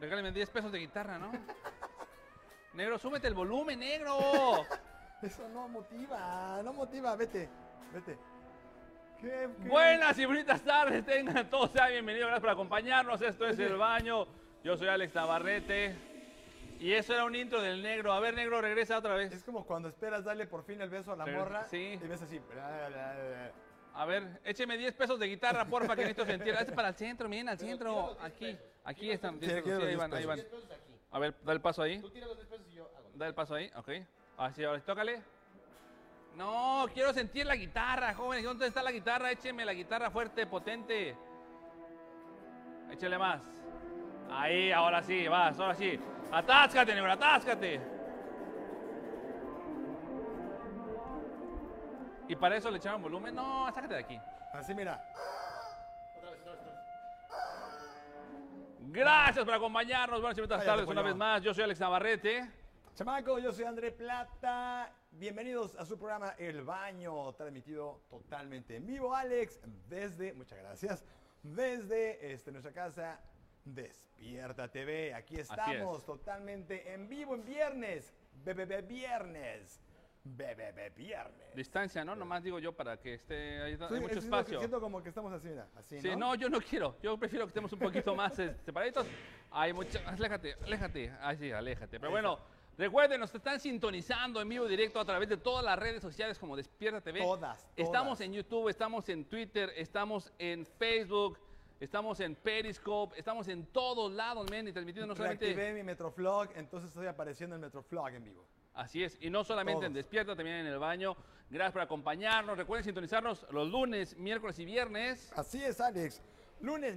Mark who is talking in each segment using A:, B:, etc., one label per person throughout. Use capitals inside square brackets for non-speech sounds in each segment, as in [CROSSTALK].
A: Regáleme 10 pesos de guitarra, ¿no? negro, súbete el volumen, negro.
B: Eso no motiva, no motiva. Vete, vete. ¿Qué- qué-
A: Buenas y bonitas tardes, tengan todos sean bienvenidos, gracias por acompañarnos. Esto es
B: Oye.
A: El Baño. Yo soy Alex Navarrete. Y eso era un intro del negro. A ver, negro, regresa otra
B: Es
A: vez.
B: como cuando esperas darle por fin el beso a la
A: Sí.
B: morra
A: Sí.
B: y ves así. bla, bla, bla,
A: A ver, écheme 10 pesos de guitarra, porfa, que necesito sentir. Este para el centro, miren, al centro. Aquí, aquí están. 10
B: Sí,
A: pesos.
B: quiero
A: Sí, ahí
B: 10
A: van, ahí
B: pesos.
A: van.
C: 10 pesos aquí.
A: A ver, da el paso ahí.
C: Tú tiras los 10 pesos y yo hago.
A: Da el paso ahí, ok. Así, ahora sí, tócale. No, quiero sentir la guitarra, jóvenes. ¿Dónde está la guitarra? Écheme la guitarra fuerte, potente. Échale más. Ahí, ahora sí, vas, ahora sí. Atáscate, negro, atáscate. Y para eso le echaron volumen. No, sácate de aquí.
B: bla. Así mira.
C: Otra vez, otra vez, otra vez.
A: Gracias por acompañarnos. Buenas y buenas
B: Cállate,
A: tardes una
B: pollo.
A: vez más. Yo soy Alex Navarrete.
B: Chamaco, yo soy André Plata. Bienvenidos a su programa El Baño, transmitido totalmente en vivo, Alex, desde, muchas gracias, desde este, nuestra casa Despierta TV. Aquí estamos totalmente en vivo en viernes, bebé viernes, bebé viernes.
A: Distancia, ¿no? Nomás digo yo para que esté ahí.
B: Sí,
A: hay mucho
B: es- siento-
A: espacio.
B: Siento como que estamos así, mira, así,
A: Sí, no, yo no quiero. Yo prefiero que estemos un poquito más [LAUGHS] eh, separaditos. Hay mucha. Aléjate, aléjate. Ah, sí, aléjate. Pero bueno, recuerden, nos están sintonizando en vivo directo a través de todas las redes sociales como Despierta TV.
B: Todas,
A: Estamos
B: todas.
A: en YouTube, estamos en Twitter, estamos en Facebook, estamos en Periscope, estamos en todos lados, men, y transmitiendo no solamente.
B: Reactivé mi Metroflog, entonces estoy apareciendo en Metroflog en vivo.
A: Así es, y no solamente en
B: Todos.
A: Despierta, también en el baño. Gracias por acompañarnos. Recuerden sintonizarnos los lunes, miércoles y viernes.
B: Así es, Alex. Lunes,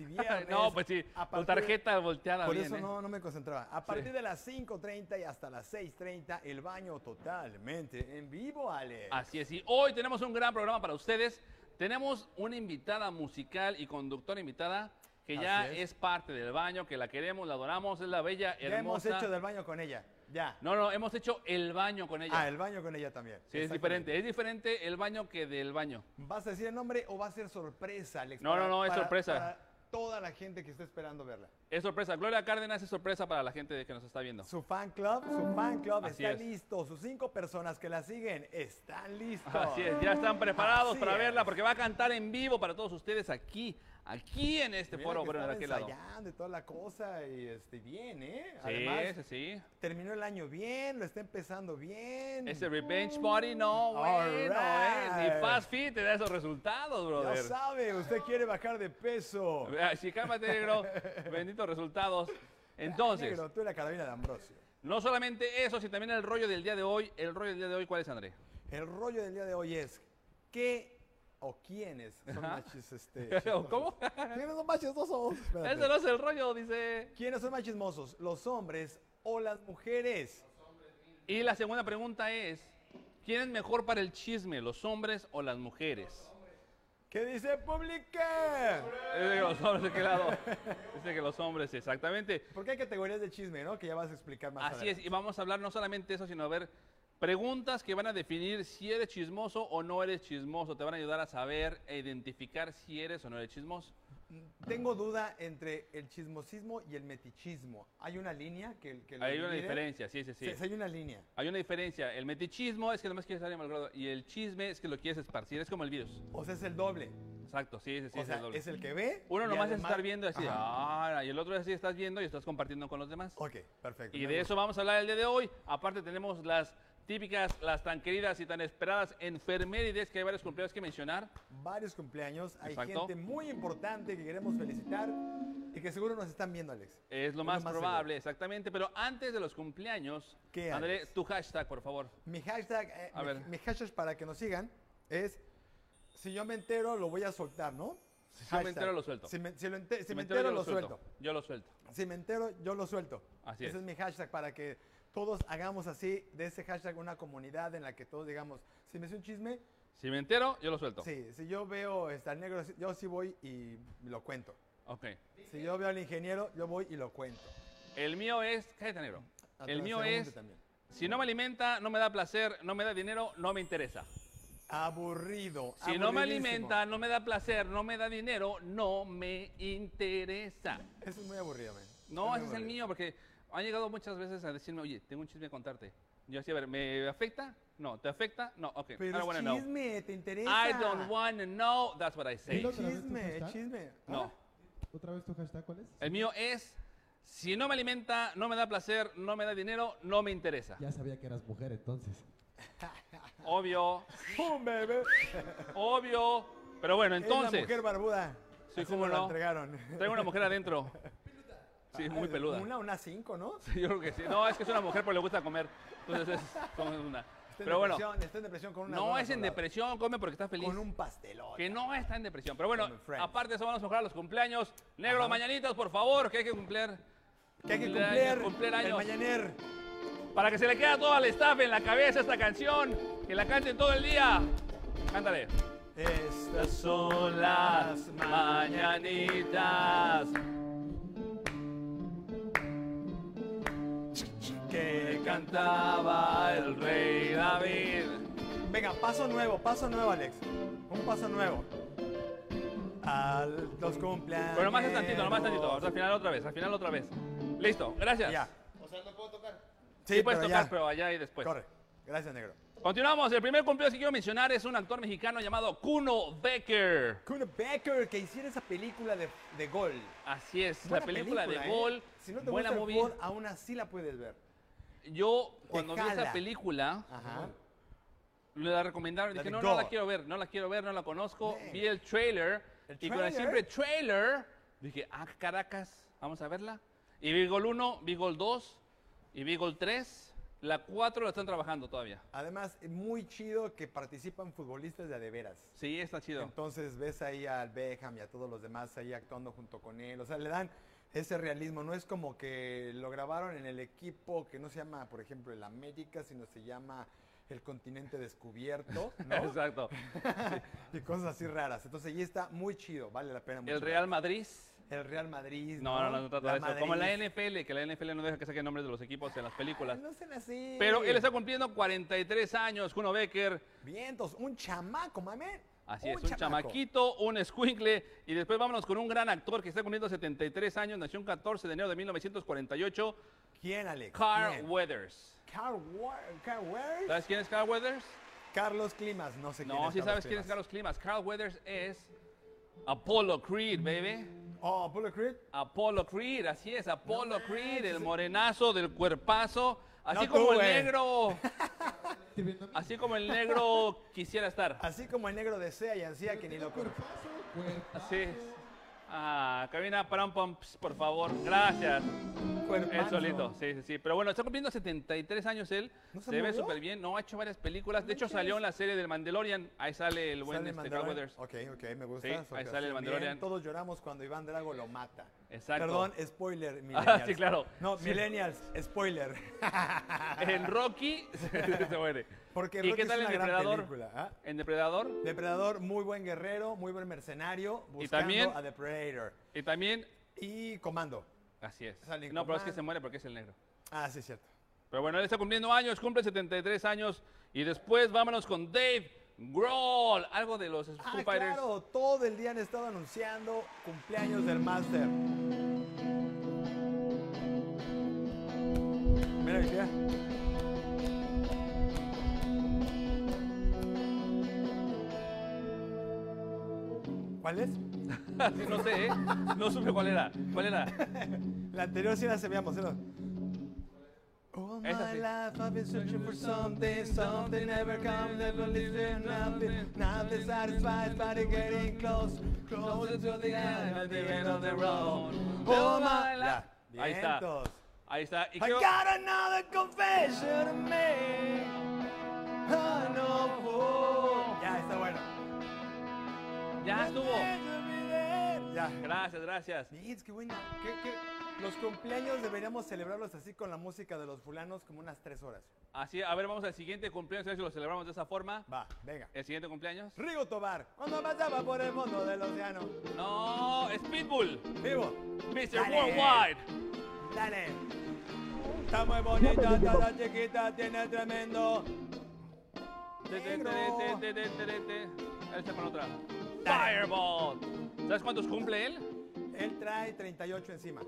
A: [LAUGHS]
B: y viernes.
A: no, pues sí,
B: a
A: con
B: partir-
A: tarjeta volteada
B: Por
A: bien,
B: eso
A: ¿eh?
B: no, no me concentraba. A partir de las 5.30 y hasta las 6.30, el baño totalmente en vivo, Alex.
A: Así es, y hoy tenemos un gran programa para ustedes. Tenemos una invitada musical y conductora invitada que ya
B: Así
A: es.
B: es.
A: parte del baño, que la queremos, la adoramos, es la bella,
B: ya hemos
A: hermosa.
B: hecho del baño con ella. Ya.
A: No, no, hemos hecho el baño con ella.
B: Ah, el baño con ella también.
A: sí, es
B: Exactamente.
A: diferente, ¿eh? es diferente el baño que del baño.
B: ¿Vas a decir el nombre o va a ser sorpresa, Alex?
A: No, no, no, es sorpresa.
B: Para toda la gente que está esperando verla.
A: Es sorpresa, Gloria Cárdenas es sorpresa para la gente que nos está viendo.
B: Su fan club, su fan club
A: Así
B: está
A: es.
B: listo. Sus cinco personas que la siguen están listos.
A: Así es, ya están preparados
B: Ah, Así
A: para verla
B: es.
A: porque va a cantar en vivo para todos ustedes aquí, aquí en este
B: Mira
A: foro,
B: que
A: pero en
B: estaba
A: aquel lado.
B: ensayando y toda la cosa y este, bien, ¿eh?
A: Sí,
B: Además,
A: sí, sí.
B: terminó el año bien, lo está empezando bien.
A: Ese revenge party no, güey, no es. Ni
B: Alright.
A: fast fit te da esos resultados,
B: Ya
A: brother.
B: sabe, usted quiere bajar de peso.
A: Ah, Sí, cálmate,
B: [LAUGHS]
A: negro. Benditos resultados. Entonces,
B: Negro, tú y la carabina de Ambrosio.
A: no solamente eso, sino también el rollo del día de hoy. El rollo del día de hoy, ¿cuál es, André?
B: El rollo del día de hoy es ¿qué o quiénes son
A: [LAUGHS]
B: machis este? chistosos?
A: ¿Cómo?
B: ¿Quiénes son machis chistosos? Espérate.
A: Ese no es el rollo, dice.
B: ¿Quiénes son más chismosos? ¿Los hombres o las mujeres?
A: Y la segunda pregunta es, ¿quién es mejor para el chisme, los hombres o las mujeres?
B: ¿Qué dice publica?
A: Dice que los hombres, ¿de qué lado?
B: [LAUGHS]
A: Dice que los hombres, exactamente.
B: Porque hay categorías de chisme, ¿no? Que ya vas a explicar más
A: Así es,
B: adelante.
A: y vamos a hablar no solamente eso, sino a ver preguntas que van a definir si eres chismoso o no eres chismoso. Te van a ayudar a saber e identificar si eres o no eres chismoso.
B: Tengo duda entre el chismosismo y el metichismo. ¿Hay una línea que, que lo
A: Hay una
B: divide?
A: diferencia, sí, sí, sí.
B: Sí, sí, hay una línea.
A: Hay una diferencia. El metichismo es que nomás quieres salir malgrado y el chisme es que lo quieres esparcir. Es como el virus.
B: O sea, es el doble.
A: Exacto, sí, sí, sí.
B: o
A: es
B: sea,
A: el doble.
B: es el que ve.
A: Uno
B: y
A: nomás es
B: además-
A: estar viendo así,
B: Ajá.
A: "Ah", y el otro es así, estás viendo y estás compartiendo con los demás.
B: Ok, perfecto.
A: Y
B: me
A: de
B: gusta.
A: eso vamos a hablar el día de hoy. Aparte tenemos las típicas, las tan queridas y tan esperadas enfermerides, que hay varios cumpleaños que mencionar.
B: Varios cumpleaños. Hay
A: Exacto.
B: gente muy importante que queremos felicitar y que seguro nos están viendo, Alex.
A: Es lo
B: Es
A: más,
B: lo más
A: probable, exactamente. Pero antes de los cumpleaños,
B: ¿Qué,
A: André,
B: Alex?
A: tu hashtag, por favor.
B: Mi hashtag, eh,
A: A
B: mi-
A: ver.
B: mi hashtag para que nos sigan es: si yo me entero, lo voy a soltar, ¿no? Si
A: yo me entero, lo suelto.
B: Si me, si lo ente- si me entero,
A: yo
B: lo suelto.
A: Yo lo suelto.
B: Si me entero, yo lo suelto.
A: Así
B: Ese
A: es.
B: es. mi hashtag para que todos hagamos así de ese hashtag una comunidad en la que todos digamos, si me hace un chisme,
A: Si me entero, yo lo suelto.
B: sí, si yo veo este, al negro, yo sí voy y lo cuento.
A: Ok.
B: Si yo veo al ingeniero, yo voy y lo cuento.
A: El mío es, cállate negro.
B: Hasta
A: El
B: la
A: mío
B: segunda
A: es,
B: también.
A: si no me alimenta, no me da placer, no me da dinero, no me interesa.
B: Aburrido.
A: Si no me
B: aburridísimo.
A: alimenta, no me da placer, no me da dinero, no me interesa.
B: Eso es muy aburrido, men.
A: No,
B: Es
A: ese es el
B: memorabilia.
A: mío, porque han llegado muchas veces a decirme, oye, tengo un chisme que contarte. Yo así, a ver, ¿me afecta? No, ¿te afecta? No, ok. I
B: Pero
A: don't
B: es
A: wanna know.
B: chisme, te interesa.
A: I don't want to know, that's what I say.
B: Es
D: Dilo otra vez, ¿tú
B: chisme,
D: estás?
B: es chisme.
A: No.
B: [LAUGHS] Ah,
D: ¿Otra vez tu hashtag cuál es?
A: El mío es, si no me alimenta, no me da placer, no me da dinero, no me interesa.
D: Ya sabía que eras mujer entonces.
A: Obvio,
B: ¡Pum, Oh, bebé!
A: obvio. Pero bueno,
B: es la
A: entonces,
B: mujer barbuda.
A: Sí,
B: Así
A: cómo
B: nos la
A: no.
B: entregaron.
A: traigo una mujer adentro.
B: [LAUGHS]
A: Sí, muy
B: Ah,
A: peluda.
B: Una, una cinco, ¿no?
A: Sí, [LAUGHS] yo creo que sí. No, es que es una mujer, pero le gusta comer. Entonces es como una.
B: Está en
A: Pero bueno,
B: depresión, Está en depresión con una
A: no
B: dona
A: es en
B: soldado.
A: depresión, come porque está feliz.
B: Con un pastelón.
A: Que no está en depresión. Pero bueno,
B: Come friends.
A: aparte de eso, vamos a mejorar los cumpleaños. Negro,
B: Ajá.
A: mañanitas, por favor, que hay que cumplir.
B: Que hay que
A: Cumpleaños,
B: cumplir, el
A: cumpleaños.
B: mañaner.
A: Para que se le quede a todo al staff en la cabeza esta canción. Que la canten todo el día. Cántale.
B: Estas Este.
A: Estas son las mañanitas
B: que
A: que cantaba el rey David.
B: Venga, paso nuevo, paso nuevo, Alex. Un paso nuevo. Al los cumpleaños.
A: Pero nomás es tantito, nomás es tantito. Al final otra vez, al final otra vez. Listo, gracias.
B: Ya.
C: O sea, no puedo tocar.
A: Sí, puedes
B: pero
A: tocar,
B: ya.
A: pero pues. allá y después.
B: Corre. Gracias, negro.
A: Continuamos. El primer cumpleaños que quiero mencionar es un actor mexicano llamado Kuno Becker.
B: Kuna Becker, que hiciera esa película de, de gol.
A: Así es,
B: Buena
A: la película, de
B: ¿eh?
A: Gol,
B: Si no te
A: buena
B: gusta el
A: movie.
B: fútbol, aún así la puedes ver.
A: Yo cuando vi
B: jala.
A: esa película,
B: Ajá.
A: me la recomendaron,
B: La
A: dije, no,
B: de
A: no la
B: Gol.
A: quiero ver, no la quiero ver, no la conozco.
B: Man.
A: Vi el trailer,
B: ¿El
A: y con el
B: trailer?
A: siempre trailer, dije, ah, caracas, vamos a verla. Y vi Gol 1, vi Gol 2, y vi Gol 3. La 4 la están trabajando todavía.
B: Además, es muy chido que participan futbolistas de a de veras.
A: Sí, está chido.
B: Entonces ves ahí al Beckham y a todos los demás ahí actuando junto con él. O sea, le dan ese realismo. No es como que lo grabaron en el equipo que no se llama, por ejemplo, el América, sino se llama el continente descubierto,
A: [LAUGHS]
B: ¿no? [LAUGHS]
A: Exacto.
B: y cosas así raras. Entonces, ahí está muy chido, vale la pena mucho.
A: El Real Madrid.
B: El Real Madrid.
A: No, no, no, no trata
B: La
A: de eso. Como la
B: Madrid.
A: NFL, que la NFL no deja que saquen nombres de los equipos en las películas.
B: No sean así.
A: Pero él está cumpliendo 43 años, Kuno Becker.
B: Vientos, un chamaco, mame.
A: Así es, un chamaquito, un escuincle. Y después vámonos con un gran actor que está cumpliendo 73 años, nació un 14 de enero de 1948,
B: ¿Quién, Alex?
A: Carl
B: ¿Quién?
A: Weathers.
B: Carl Wa- Carl Weathers.
A: ¿Sabes quién es Carl Weathers?
B: Carlos Climas, no sé quién
A: No,
B: es.
A: sí sabes quién es
B: Climas.
A: Carlos Climas. Carl Weathers es Apollo Creed, baby.
B: Oh, Apollo Creed.
A: Apollo Creed, así es, Apollo
B: No
A: Creed,
B: manches.
A: el morenazo del cuerpazo. Así
B: No tú,
A: como el
B: güey.
A: negro,
D: Escribiendo mi
A: así como el negro
B: [LAUGHS]
A: quisiera estar.
B: Así como el negro desea y ansía que ni lo conoce.
D: cuerpazo, cuerpazo.
A: Así es. Ah, cabina Pram Pam, ps, por favor. Gracias. Él
B: Cuerpazo.
A: solito, sí, sí, sí. Pero bueno, está cumpliendo 73 años él.
B: ¿No
A: se
B: se
A: ve
B: murió?
A: súper bien. No, ha hecho varias películas. De hecho,
B: Manches.
A: salió en la serie del Mandalorian. Ahí sale el buen
B: Sale
A: este, Carl
B: Mandalorian.
A: Weathers.
B: Ok, ok, me gusta.
A: Sí,
B: eso
A: ahí sale el
B: que hacen bien.
A: Mandalorian.
B: Todos lloramos cuando Iván Drago lo mata.
A: Exacto. Ah,
B: Perdón, spoiler, millennials.
A: sí, claro.
B: No,
A: Sí.
B: millennials,
A: [LAUGHS]
B: spoiler.
A: En Rocky [LAUGHS] se muere.
B: Porque
A: ¿Y
B: Rocky
A: qué tal
B: es
A: en
B: una gran
A: Depredador?
B: película. ¿ah?
A: En Depredador.
B: Depredador, muy buen guerrero, muy buen mercenario, buscando
A: también-
B: a Predator.
A: Y también,
B: Y Comando.
A: así es.
B: Sale en
A: No, pero es que
B: Command.
A: se muere porque es el negro.
B: Ah, sí, es cierto.
A: Pero bueno, él está cumpliendo años, cumple 73 años. Y después vámonos con Dave Grohl. Algo de los Foo
B: Ah,
A: Fighters.
B: claro, todo el día han estado anunciando cumpleaños del máster. Mira, mi tía. ¿Cuál es?
A: Sí, no sé, ¿eh? No supe cuál era. ¿Cuál era?
B: La anterior sí la sabíamos, ¿eh? All Oh, my
A: Esa sí.
B: life I've been searching for something, something never comes, never leaves there, nothing, nothing satisfies, but it's getting close, closer to the end, of the end of the road. All my life.
A: Ahí está.
B: Vientos.
A: Ahí está. Y
B: I
A: creo-
B: got another confession to make. Ah, oh. I know for- Ya, está bueno.
A: Ya estuvo.
B: Ya.
A: Gracias, gracias.
B: Mits, qué buena. Qué- qué- Los cumpleaños deberíamos celebrarlos así con la música de los fulanos como unas tres horas.
A: Así, a ver, vamos al siguiente cumpleaños, a ver si lo celebramos de esa forma.
B: Va, venga.
A: El siguiente cumpleaños.
B: Rigo Tobar, cuando pasaba por el mundo del océano.
A: No, es Pitbull.
B: Vivo.
A: Mr.
B: Dale.
A: Worldwide.
B: Dale. Está muy bonita, está tan chiquita, tiene tremendo.
A: Te, te,
B: Negro.
A: te, te, te, te, te, te. Él está con otra.
B: Dale.
A: Fireball. ¿Sabes cuántos cumple él?
B: Él trae 38 encima.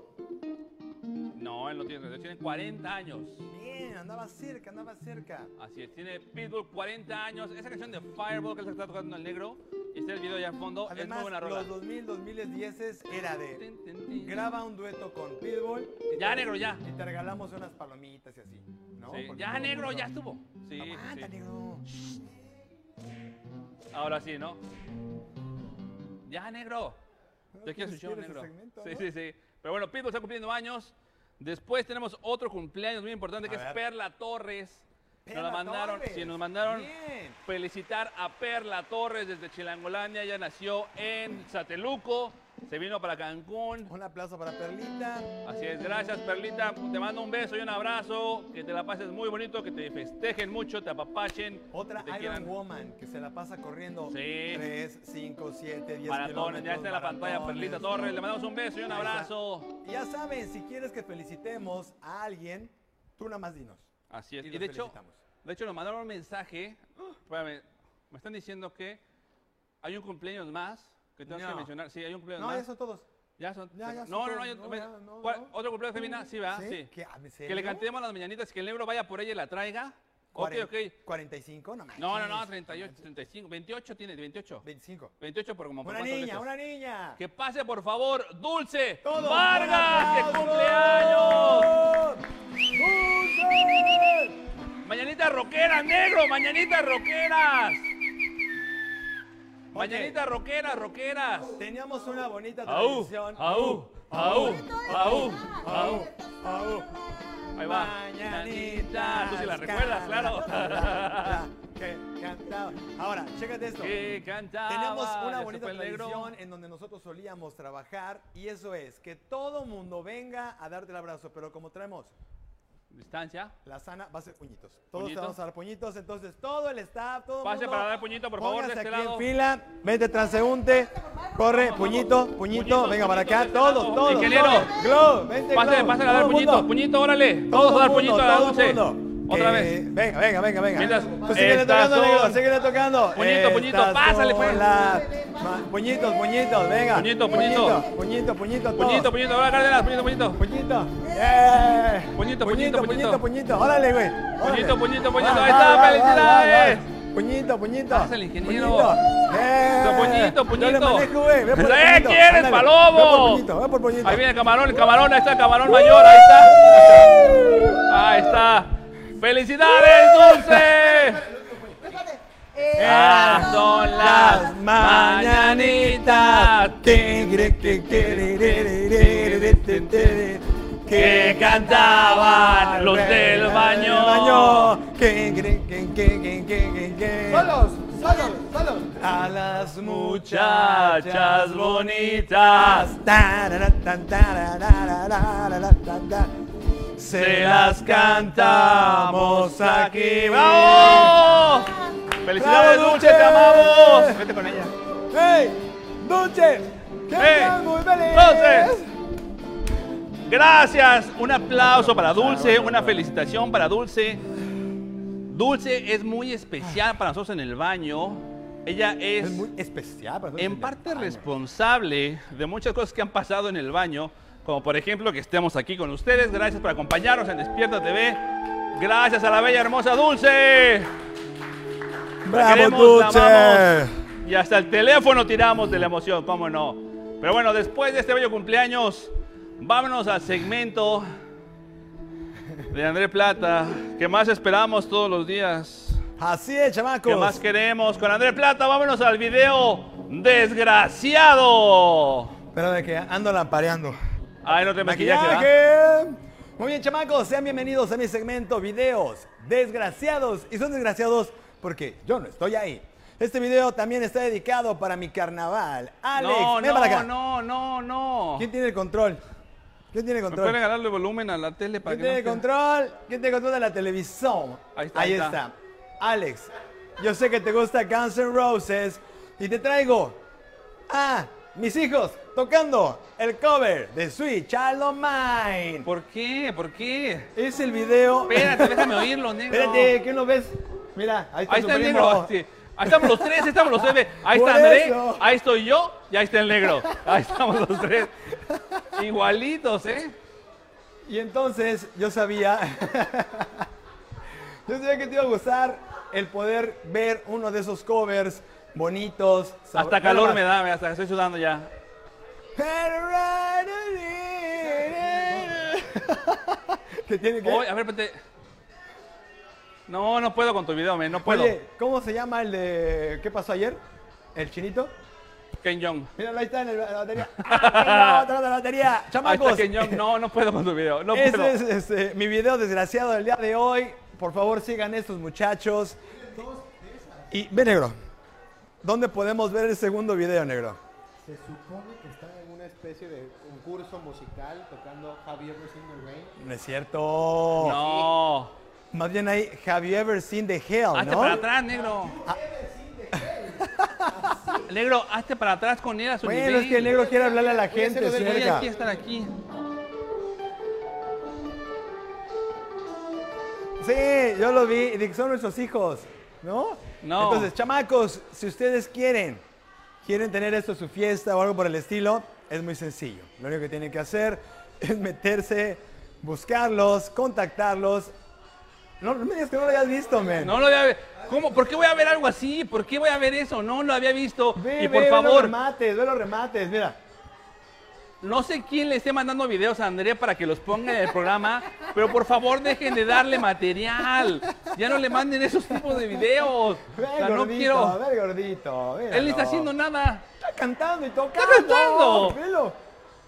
A: No, él no tiene 38, tiene 40 años.
B: Bien, andaba cerca, andaba cerca.
A: Así es, tiene Pitbull 40 años. Esa canción de Fireball que él está tocando el negro. Y está el video allá al fondo. es muy
B: Además,
A: buena rola.
B: los 2000, 2010 era de
A: Tin, tin, tin.
B: graba un dueto con Pitbull. y
A: Ya,
B: te-
A: negro, ya.
B: Y te regalamos unas palomitas y así. ¿no?
A: Sí,
B: Porque
A: Ya
B: todo
A: negro,
B: mundo-
A: ya estuvo. Ah, Sí, sí,
B: Aguanta,
A: sí.
B: negro.
A: Ahora sí, ¿no? Ya negro.
B: No
A: Te quiero
B: tienes Ah, que
A: escuchar
B: ir a ese
A: negro.
B: segmento,
A: sí,
B: ¿no?
A: sí, sí. Pero bueno, Pitbull está cumpliendo años. Después tenemos otro cumpleaños muy importante
B: A
A: que es
B: ver.
A: Perla Torres. Nos
B: Perla
A: la mandaron,
B: Torres.
A: sí, nos mandaron
B: Bien.
A: felicitar a Perla Torres desde Chilangolandia. Ella nació en Sateluco, se vino para Cancún.
B: Un aplauso para Perlita.
A: Así es, gracias Perlita. Te mando un beso y un abrazo. Que te la pases muy bonito, que te festejen mucho, te apapachen.
B: Otra
A: te
B: Iron
A: quieran.
B: Woman que se la pasa corriendo
A: Sí.
B: 3, 5, 7, 10
A: Maratones, ya está en la pantalla
B: maratones.
A: Perlita Torres. Le mandamos un beso y un
B: ¿eh? Ahí está.
A: abrazo.
B: Y Ya saben, si quieres que felicitemos a alguien, tú nada más dinos.
A: Así es.
B: Y
A: Y,
B: los
A: de hecho,
B: felicitamos.
A: de hecho nos mandaron un mensaje. Espérame, me están diciendo que hay un cumpleaños más que tenemos que
B: No.
A: mencionar. Sí, hay un cumpleaños
B: No,
A: más.
B: ya son todos.
A: Ya son.
B: Ya, ya son
A: no, no, no,
B: todos.
A: yo-
B: No,
A: me-
B: ya, no,
A: ¿cuál-
B: no.
A: ¿Otro cumpleaños femenina? Sí, va,
B: ¿Sí?
A: sí.
B: ¿Qué? Ah,
A: Que
B: ¿en
A: le
B: serio?
A: cantemos a las mañanitas, que el negro vaya por ella y la traiga.
B: Cuaren-
A: Ok, ok.
B: 45, no manches.
A: No, no, no, 38, 35, 28 tiene, 28.
B: 25.
A: 28 por como por
B: Una
A: cuántas
B: niña,
A: veces.
B: una niña.
A: Que pase, por favor, Dulce
B: Todos,
A: Vargas,
B: un
A: que
B: aplauso.
A: cumpleaños.
B: ¡Dulce!
A: Mañanitas rockeras, negro, mañanitas rockeras. Mañanitas rockeras, rockeras.
B: Teníamos una bonita
A: Au,
B: tradición.
A: au, au, au, au.
B: au.
A: Ahí va. Ah,
B: Mañanitas.
A: Tú sí la recuerdas,
B: [LAUGHS]
A: claro.
B: Que cantaba. Ahora, chécate esto.
A: Que cantaba.
B: Teníamos
A: ya
B: una
A: se
B: bonita
A: fue el negro.
B: tradición en donde nosotros solíamos trabajar y eso es que todo mundo venga a darte el abrazo, pero como traemos
A: Distancia.
B: la sana va a ser puñitos. Todos
A: ¿Puñito?
B: te vamos a dar puñitos, entonces todo el staff, todo el
A: Pase
B: mundo.
A: para dar puñito, por favor, de
B: póngase
A: este
B: aquí
A: lado.
B: en fila, vete transeúnte, corre,
A: Vamos,
B: puñito,
A: vamos.
B: puñito,
A: Puñitos,
B: venga para acá,
A: puñitos, de este
B: todos,
A: lado.
B: todos.
A: Ingeniero.
B: todos. Glow, vente,
A: Pásale,
B: Glow,
A: pásale a
B: todo
A: dar
B: el
A: puñito,
B: mundo.
A: puñito, órale. Todos
B: Todo
A: a dar
B: mundo,
A: puñito a la
B: todo
A: dulce.
B: mundo. Eh,
A: Otra
B: Que-
A: vez.
B: Venga, venga, venga, venga.
A: Mientras-
B: Tú síguele
A: Estas
B: tocando, negro,
A: son-
B: síguele tocando.
A: Puñito, puñito,
B: Estas
A: pásale,
B: son
A: pues.
B: las- ma- Puñitos, puñitos, venga.
A: Puñito, puñito.
B: Puñito, puñito, todo.
A: Puñito, puñito, ahora Cárdenas, puñito, puñito.
B: Puñito. Eh.
A: Puñito, puñito, puñito.
B: puñito, puñito. Órale, güey.
A: Puñito,
B: Órale.
A: puñito,
B: Va,
A: puñito. Ahí
B: va,
A: está,
B: va, va,
A: felicidades.
B: va, va. Puñito, puñito.
A: Pásale, ingeniero.
B: Puñito. Eh.
A: Eso, puñito,
B: Yo le
A: puñito.
B: manejo, güey. Ve por el
A: ¡Eh,
B: puñito.
A: quieres,
B: Ándale.
A: palomo!
B: Ve por puñito, ve por puñito.
A: Ahí viene el camarón, el camarón, ahí está el
B: Uh.
A: camarón mayor, ahí está. Ahí está. ¡Felicidades, Dulce! Ah, son las mañanitas
B: que
A: que cantaban los del baño.
C: Solos, solos, solos.
B: A las muchachas
A: Muchachas
B: bonitas
A: bonitas.
B: se las cantamos aquí.
A: ¡Bravo! ¡Felicidades,
B: ¡Bravo,
A: Dulce!
B: Dulce!
A: ¡Te amamos! Vete con ella.
B: ¡Hey! ¡Dulce! ¡Que
A: ¡Hey!
B: estás muy feliz!
A: ¡Dulce! Gracias, un aplauso para Dulce, una felicitación para Dulce. Dulce es muy especial para nosotros en el baño. Ella es,
B: Es muy especial para nosotros
A: en
B: el
A: parte
B: baño.
A: responsable de muchas cosas que han pasado en el baño, como por ejemplo que estemos aquí con ustedes. Gracias por acompañarnos en Despierta TV. Gracias a la bella hermosa Dulce. La
B: ¡Bravo,
A: queremos,
B: Dulce!
A: la amamos. Y hasta el teléfono tiramos de la emoción, cómo no. Pero bueno, después de este bello cumpleaños, vámonos al segmento de André Plata, que más esperamos todos los días,
B: Así es, chamacos.
A: que más queremos. Con André Plata, vámonos al video desgraciado.
B: Pero de que ando lampareando.
A: Ay, no te maquillaje, ¿verdad?
B: Maquillaje. Muy bien, chamacos, sean bienvenidos a mi segmento Videos Desgraciados. Y son desgraciados porque yo no estoy ahí. Este video también está dedicado para mi carnaval. Alex,
A: No,
B: ven para acá.
A: no, no, no, no.
B: ¿Quién tiene el control? ¿Quién tiene el
A: ¿Me pueden
B: control?
A: regalarle volumen a la tele para
B: ¿Quién
A: que
B: tiene el
A: no se-
B: control? ¿Quién tiene el control de la televisión?
A: Ahí está, ahí está.
B: Alex, yo sé que te gusta Guns N' Roses y te traigo a mis hijos tocando el cover de Sweet Child O' Mine.
A: ¿Por qué? ¿Por qué?
B: Es el video.
A: Espérate, déjame oírlo, negro.
B: Espérate, ¿qué no ves? Mira, ahí está,
A: Ahí
B: tu
A: está el
B: primo.
A: negro. sí. Ahí estamos los tres, ahí estamos los tres. ve. Ahí
B: Por
A: está André,
B: eso.
A: ahí estoy yo y ahí está el negro. Ahí estamos los tres. Igualitos, ¿eh?
B: Y entonces yo sabía, [LAUGHS] yo sabía que te iba a gustar el poder ver uno de esos covers bonitos. sab-
A: Hasta
B: Nada
A: calor
B: más.
A: me da, ve, hasta estoy sudando ya.
B: [LAUGHS] Que tiene que...
A: Oye, a ver, espérate. No, no puedo con tu video, men, no puedo.
B: Oye, ¿cómo se llama el de qué pasó ayer? ¿El chinito?
A: Ken Jong.
B: Míralo, ahí está en el-
A: [LAUGHS]
B: la batería. ¡Ah, no, otra de la batería!
A: Ahí está
B: ¡Chamacos!
A: Ken Jong. No, no puedo con tu video. No puedo.
B: Ese es este, mi video desgraciado del día de hoy. Por favor, sigan estos muchachos. Y ve, negro. ¿Dónde podemos ver el segundo video, negro?
C: Se supone que están en una especie de concurso musical tocando Have You Ever Seen the Rain.
B: No es cierto.
A: No.
B: Más bien ahí, have you ever seen the hell,
A: Hazte
B: ¿no?
A: Ah, para atrás,
B: [LAUGHS]
A: negro. negro, hazte para atrás con él a su
B: Bueno,
A: nivel.
B: es que el negro quiere hablarle a la
C: Voy a
B: gente
C: hacerlo de
A: Voy
B: cerca.
A: aquí a estar aquí.
B: Sí, yo lo vi y dije, son nuestros hijos, ¿no?
A: No.
B: Entonces, chamacos, si ustedes quieren, quieren tener esto en su fiesta o algo por el estilo, es muy sencillo. Lo único que tienen que hacer [LAUGHS] es meterse, buscarlos, contactarlos. No, no me digas que no lo hayas visto, men.
A: No lo había visto. ¿Cómo? ¿Por qué voy a ver algo así? ¿Por qué voy a ver eso? No lo había visto.
B: Ve,
A: y
B: ve,
A: por
B: ve los
A: favor,
B: remates, ve los remates, mira.
A: no sé quién le esté mandando videos a Andrea para que los ponga en el programa, pero por favor dejen de darle material. Ya no le manden esos tipos de videos.
B: Ve,
A: O sea,
B: gordito,
A: no quiero.
B: ve, gordito.
A: Él ni está
B: míralo.
A: haciendo nada.
B: Está cantando y tocando.
A: cantando.
B: Velo.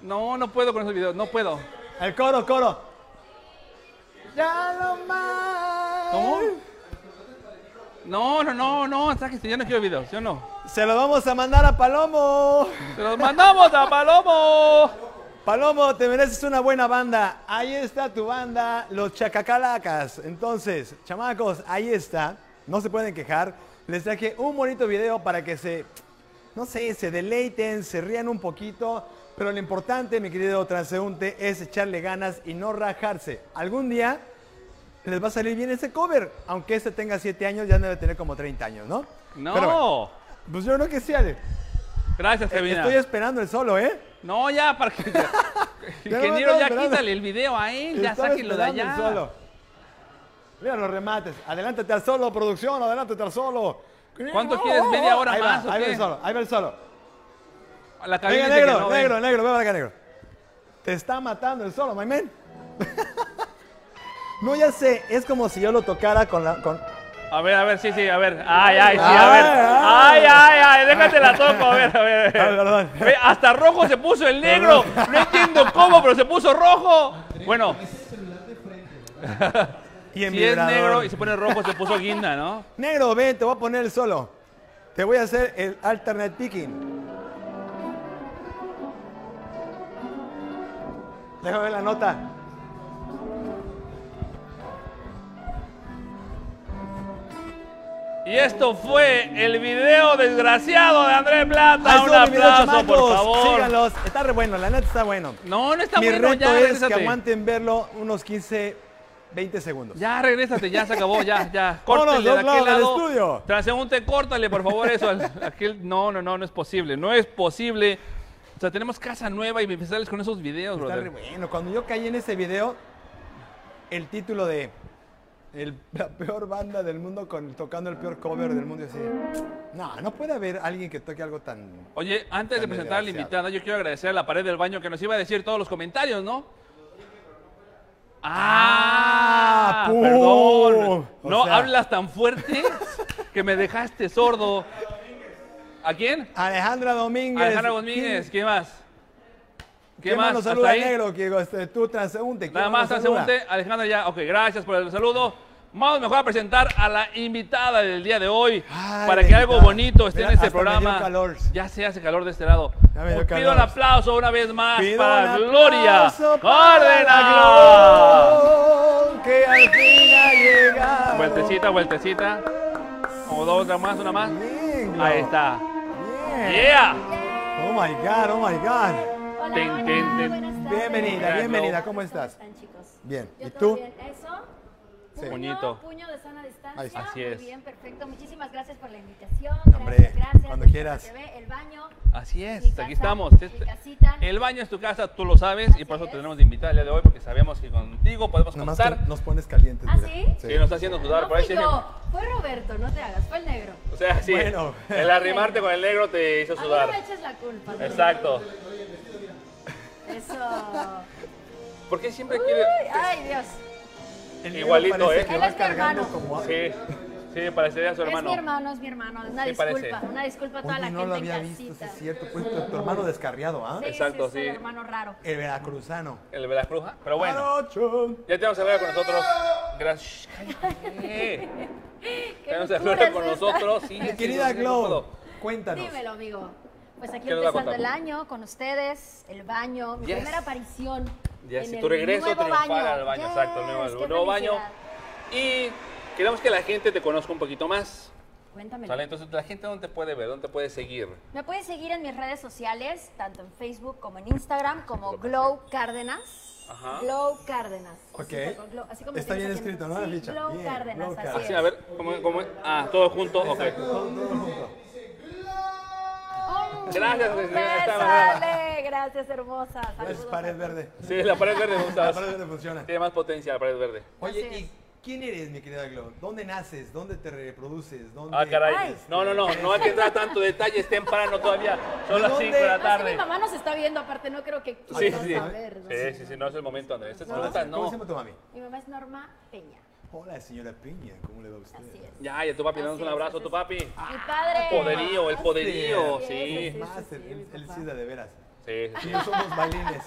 A: No, no puedo con esos videos. No puedo.
B: El coro, coro. Ya lo más.
A: ¿Cómo? No, no, no, no. Sáquense, yo no quiero videos. Yo no.
B: Se lo vamos a mandar a Palomo.
A: Se los mandamos a Palomo.
B: Palomo, te mereces una buena banda. Ahí está tu banda, los Chacacalacas. Entonces, chamacos, ahí está. No se pueden quejar. Les traje un bonito video para que se, no sé, se deleiten, se rían un poquito. Pero lo importante, mi querido transeúnte, es echarle ganas y no rajarse. Algún día les va a salir bien ese cover. Aunque este tenga 7 años, ya debe tener como 30 años, ¿no?
A: No.
B: Pero bueno, pues yo creo que sí, Ale.
A: Gracias, Kevin.
B: Estoy esperando el solo, ¿eh?
A: No, ya, para que.
B: [LAUGHS] Ya no me
A: [LAUGHS] Ingeniero,
B: estaba
A: ya
B: esperando.
A: quítale el video a él, ya
B: Estaba
A: sáquenlo de
B: esperando el
A: allá.
B: solo. Mira los remates. Adelántate al solo, producción. Adelántate al solo.
A: ¿Cuánto quieres? ¿Media hora
B: ahí
A: más,
B: Va,
A: o
B: ahí va
A: qué?
B: el solo. Ahí va el solo.
A: A la cabina
B: Venga,
A: dice que
B: negro,
A: no, ven.
B: negro, negro. Ve para acá, negro. Te está matando el solo, my man. [LAUGHS] no, ya sé. Es como si yo lo tocara con la. Con...
A: A ver, a ver, sí, sí, a ver. Ay, ay, sí, a
B: Ay,
A: ver.
B: ay.
A: Ay, ay, ay, déjate la toco, a ver, a ver.
B: Ay,
A: a
B: perdón.
A: ver. Ve, Hasta rojo se puso el negro. No entiendo cómo, pero se puso rojo. Bueno,
B: Y en
A: si es
B: vibrador.
A: negro y se pone rojo, se puso guinda, ¿no?
B: Negro, ven, te voy a poner el solo. Te voy a hacer el alternate picking. Déjame ver la nota.
A: Y esto fue el video desgraciado de Andrés Plata. Un
B: Ahí estuvo mi video,
A: aplauso, por
B: chamacos.
A: favor.
B: Síganlos. Está re bueno, la neta está bueno.
A: No, no está
B: mi
A: bueno,
B: reto
A: ya,
B: es
A: regrésate.
B: que aguanten verlo unos 15, 20 segundos.
A: Ya, regrésate, ya se acabó, ya,
B: [LAUGHS]
A: ya.
B: Vámonos,
A: Córtale de
B: dos lados
A: aquel
B: del
A: lado.
B: estudio.
A: Transeúnte, córtale, por favor, eso. al- [LAUGHS] aquel, no, no, no, no es posible. No es posible. O sea, tenemos casa nueva y empezarles con esos videos,
B: Está re
A: brother.
B: bueno. Cuando yo caí en ese video, el título de el- la peor banda del mundo con tocando el peor cover del mundo y así. No, no puede haber alguien que toque algo tan.
A: Oye, antes de
B: Tan
A: presentar a la
B: desgraciado.
A: invitada, yo quiero agradecer a la pared del baño que nos iba a decir todos los comentarios, ¿no? ¡Ah!
B: ¡Ah, pum!
A: perdón.
B: O
A: No
B: sea-
A: hablas tan
B: [LAUGHS]
A: fuerte que me dejaste sordo. ¿A quién?
B: Alejandra Domínguez.
A: Alejandra Domínguez, ¿qué más?
B: ¿Qué, más? nos
A: ¿Hasta
B: saluda
A: ahí?
B: negro? Que digo, este, tú transeúnte. ¿quién
A: Nada más,
B: nos saluda?
A: transeúnte, Alejandra ya. Ok, gracias por el saludo. Vamos mejor a presentar a la invitada del día de hoy
B: Ay,
A: para
B: la
A: que algo
B: invitada.
A: bonito esté
B: Mira,
A: en este
B: hasta me dio
A: programa.
B: calor.
A: Ya se hace calor de este lado.
B: Ya me dio
A: Pido un
B: calor.
A: aplauso una vez [LAUGHS] más
B: Pido
A: para
B: un
A: Gloria
B: aplauso para
A: Cárdenas.
B: Gloria, Que al fin ha llegado.
A: Vueltecita, vueltecita. Como dos, otra más, una más.
B: Bien, Glo.
A: Ahí está.
B: Bien.
A: ¡Yeah!
B: Oh my God, oh my God.
E: Hola,
A: Ten,
E: hola,
A: ten, ten.
E: buenas tardes.
B: Bienvenida,
A: Mira,
B: bienvenida,
A: Glo.
B: ¿cómo estás?
E: están, chicos?
B: Bien,
E: Yo
B: ¿y
E: todo
B: tú?
E: bien. Eso,
C: Sí.
A: Puñito.
E: Puño, puño de sana distancia.
C: Ahí está.
A: Así
E: Muy
A: es.
E: bien, perfecto. Muchísimas gracias por la invitación.
B: Hombre,
E: gracias, gracias.
B: cuando
E: Nos
B: quieras.
E: vemos en TV, el baño.
A: Así es,
E: mi
A: aquí
E: casa,
A: estamos.
E: mi
A: Este-
E: casita.
A: el baño es tu casa, tú lo sabes, y
E: Así
A: por eso
E: es.
A: te tenemos de invitar el día de hoy, porque sabemos que contigo podemos
B: Nomás
A: contar.
B: nos pones calientes.
E: ¿Ah,
B: mira.
E: sí?
A: Sí, nos está haciendo dudar.
E: No
A: por ahí
E: fui
A: sí-
E: yo, fue Roberto, no te hagas, fue el negro.
A: O sea, sí,
B: Bueno.
A: el arrimarte con el negro te hizo
E: A mí no me
A: sudar.
E: eches la culpa. ¿no?
A: Exacto. [LAUGHS]
E: Eso.
A: ¿Por qué siempre quiere...?
E: Uy, ay, Dios.
B: El
A: Igualito,
B: negro parece
A: ¿eh?
B: que
E: Él
B: va
E: es mi
B: cargando
E: hermano.
B: como-
A: Sí, sí, parecería a su hermano.
E: Es mi hermano, es mi hermano. Una
A: Sí,
E: disculpa,
A: parece.
E: una disculpa a toda
B: Oye,
E: la
B: no
E: gente
B: lo había
E: en
B: visto, sí
E: casita.
B: es cierto. Pues tu, tu hermano descarriado, ¿ah?
E: Sí,
A: Exacto,
E: sí, sí.
A: sí.
E: El hermano raro.
B: El veracruzano.
A: El Veracruz, ah, pero bueno.
B: Jarocho.
A: Ya te vamos a hablar con nosotros.
E: [LAUGHS]
A: Gracias. Cállate.
E: ¿Qué
A: Ya nos
E: locura
A: hablaron
E: es
A: con
E: esta?
A: nosotros. Sí,
B: Mi
A: sí,
B: querida
A: sí, sí,
B: Glow,
A: puedo.
B: cuéntanos.
E: Dímelo, amigo. Pues aquí
A: ¿Qué nos va a
E: empezando el
A: contar?
E: año con ustedes, el baño, mi
A: Yes.
E: primera aparición.
A: Ya,
E: en
A: si
E: el
A: tu regreso
E: nuevo
A: triunfal
E: baño.
A: al baño, exacto, el
E: Yes,
A: nuevo,
E: qué
A: el nuevo baño.
E: felicidad.
A: Y queremos que la gente te conozca un poquito más.
E: Cuéntamelo.
A: ¿sale? Entonces, la gente dónde te puede ver, dónde te puede seguir.
E: Me pueden seguir en mis redes sociales, tanto en Facebook como en Instagram, como Glow Cárdenas.
A: Ajá.
E: Glow Cárdenas.
B: Ok.
E: Así como Glow- así como
B: Está
E: tienes
B: bien
E: aquí en-
B: escrito, ¿no? La
E: Sí,
B: ficha.
E: Glow
B: Bien,
E: Cárdenas,
B: Glow
E: así
B: Cárdenas.
A: Así,
E: es.
A: a ver, ¿cómo, cómo- Ah, todo junto, ok.
B: Exacto, todo- todo junto.
E: ¡Oh!
A: Gracias,
E: un
A: señora,
E: beso,
A: está
E: Ale. Gracias, hermosa.
B: Gracias,
E: Saludos a
B: pared
E: todos.
B: verde.
A: Sí, la pared verde me gusta.
B: La pared verde funciona.
A: Tiene más potencia la pared verde.
E: Así
B: Oye,
E: es.
B: ¿y quién eres, mi querida Glow? ¿Dónde naces? ¿Dónde te reproduces? ¿Dónde...
A: Ah, caray.
E: Ay.
A: No, no, no, no hay que entrar a tanto detalle, es temprano todavía. Son
B: ¿De
A: las
B: dónde?
A: 5 de la
E: Ah, sí, mi
A: tarde.
E: mamá nos está viendo, aparte no creo que
A: Sí,
E: quiera
A: sí.
E: saber. ¿no?
A: Sí, sí, sí, no es el momento, Andrés. Estas
B: Hola,
A: preguntas
B: ¿Cómo se
A: no.
B: llama tu mami?
E: Mi mamá es Norma Peña,
B: Hola, señora Piña. ¿Cómo le va a usted?
E: así es.
A: Ya, y a tu papi, le damos
E: Así
A: un
E: es,
A: abrazo a
E: así
A: tu
E: es.
A: papi.
E: Mi padre.
A: Ah, Poderío, el
B: Ah,
A: poderío,
E: sí.
A: sí.
E: Sí,
B: Más,
E: sí,
B: el-
E: sí,
B: el-
E: mi
B: él
E: papá.
B: sí es de veras.
A: Sí, sí,
B: Y yo somos
E: [LAUGHS]
B: bailines.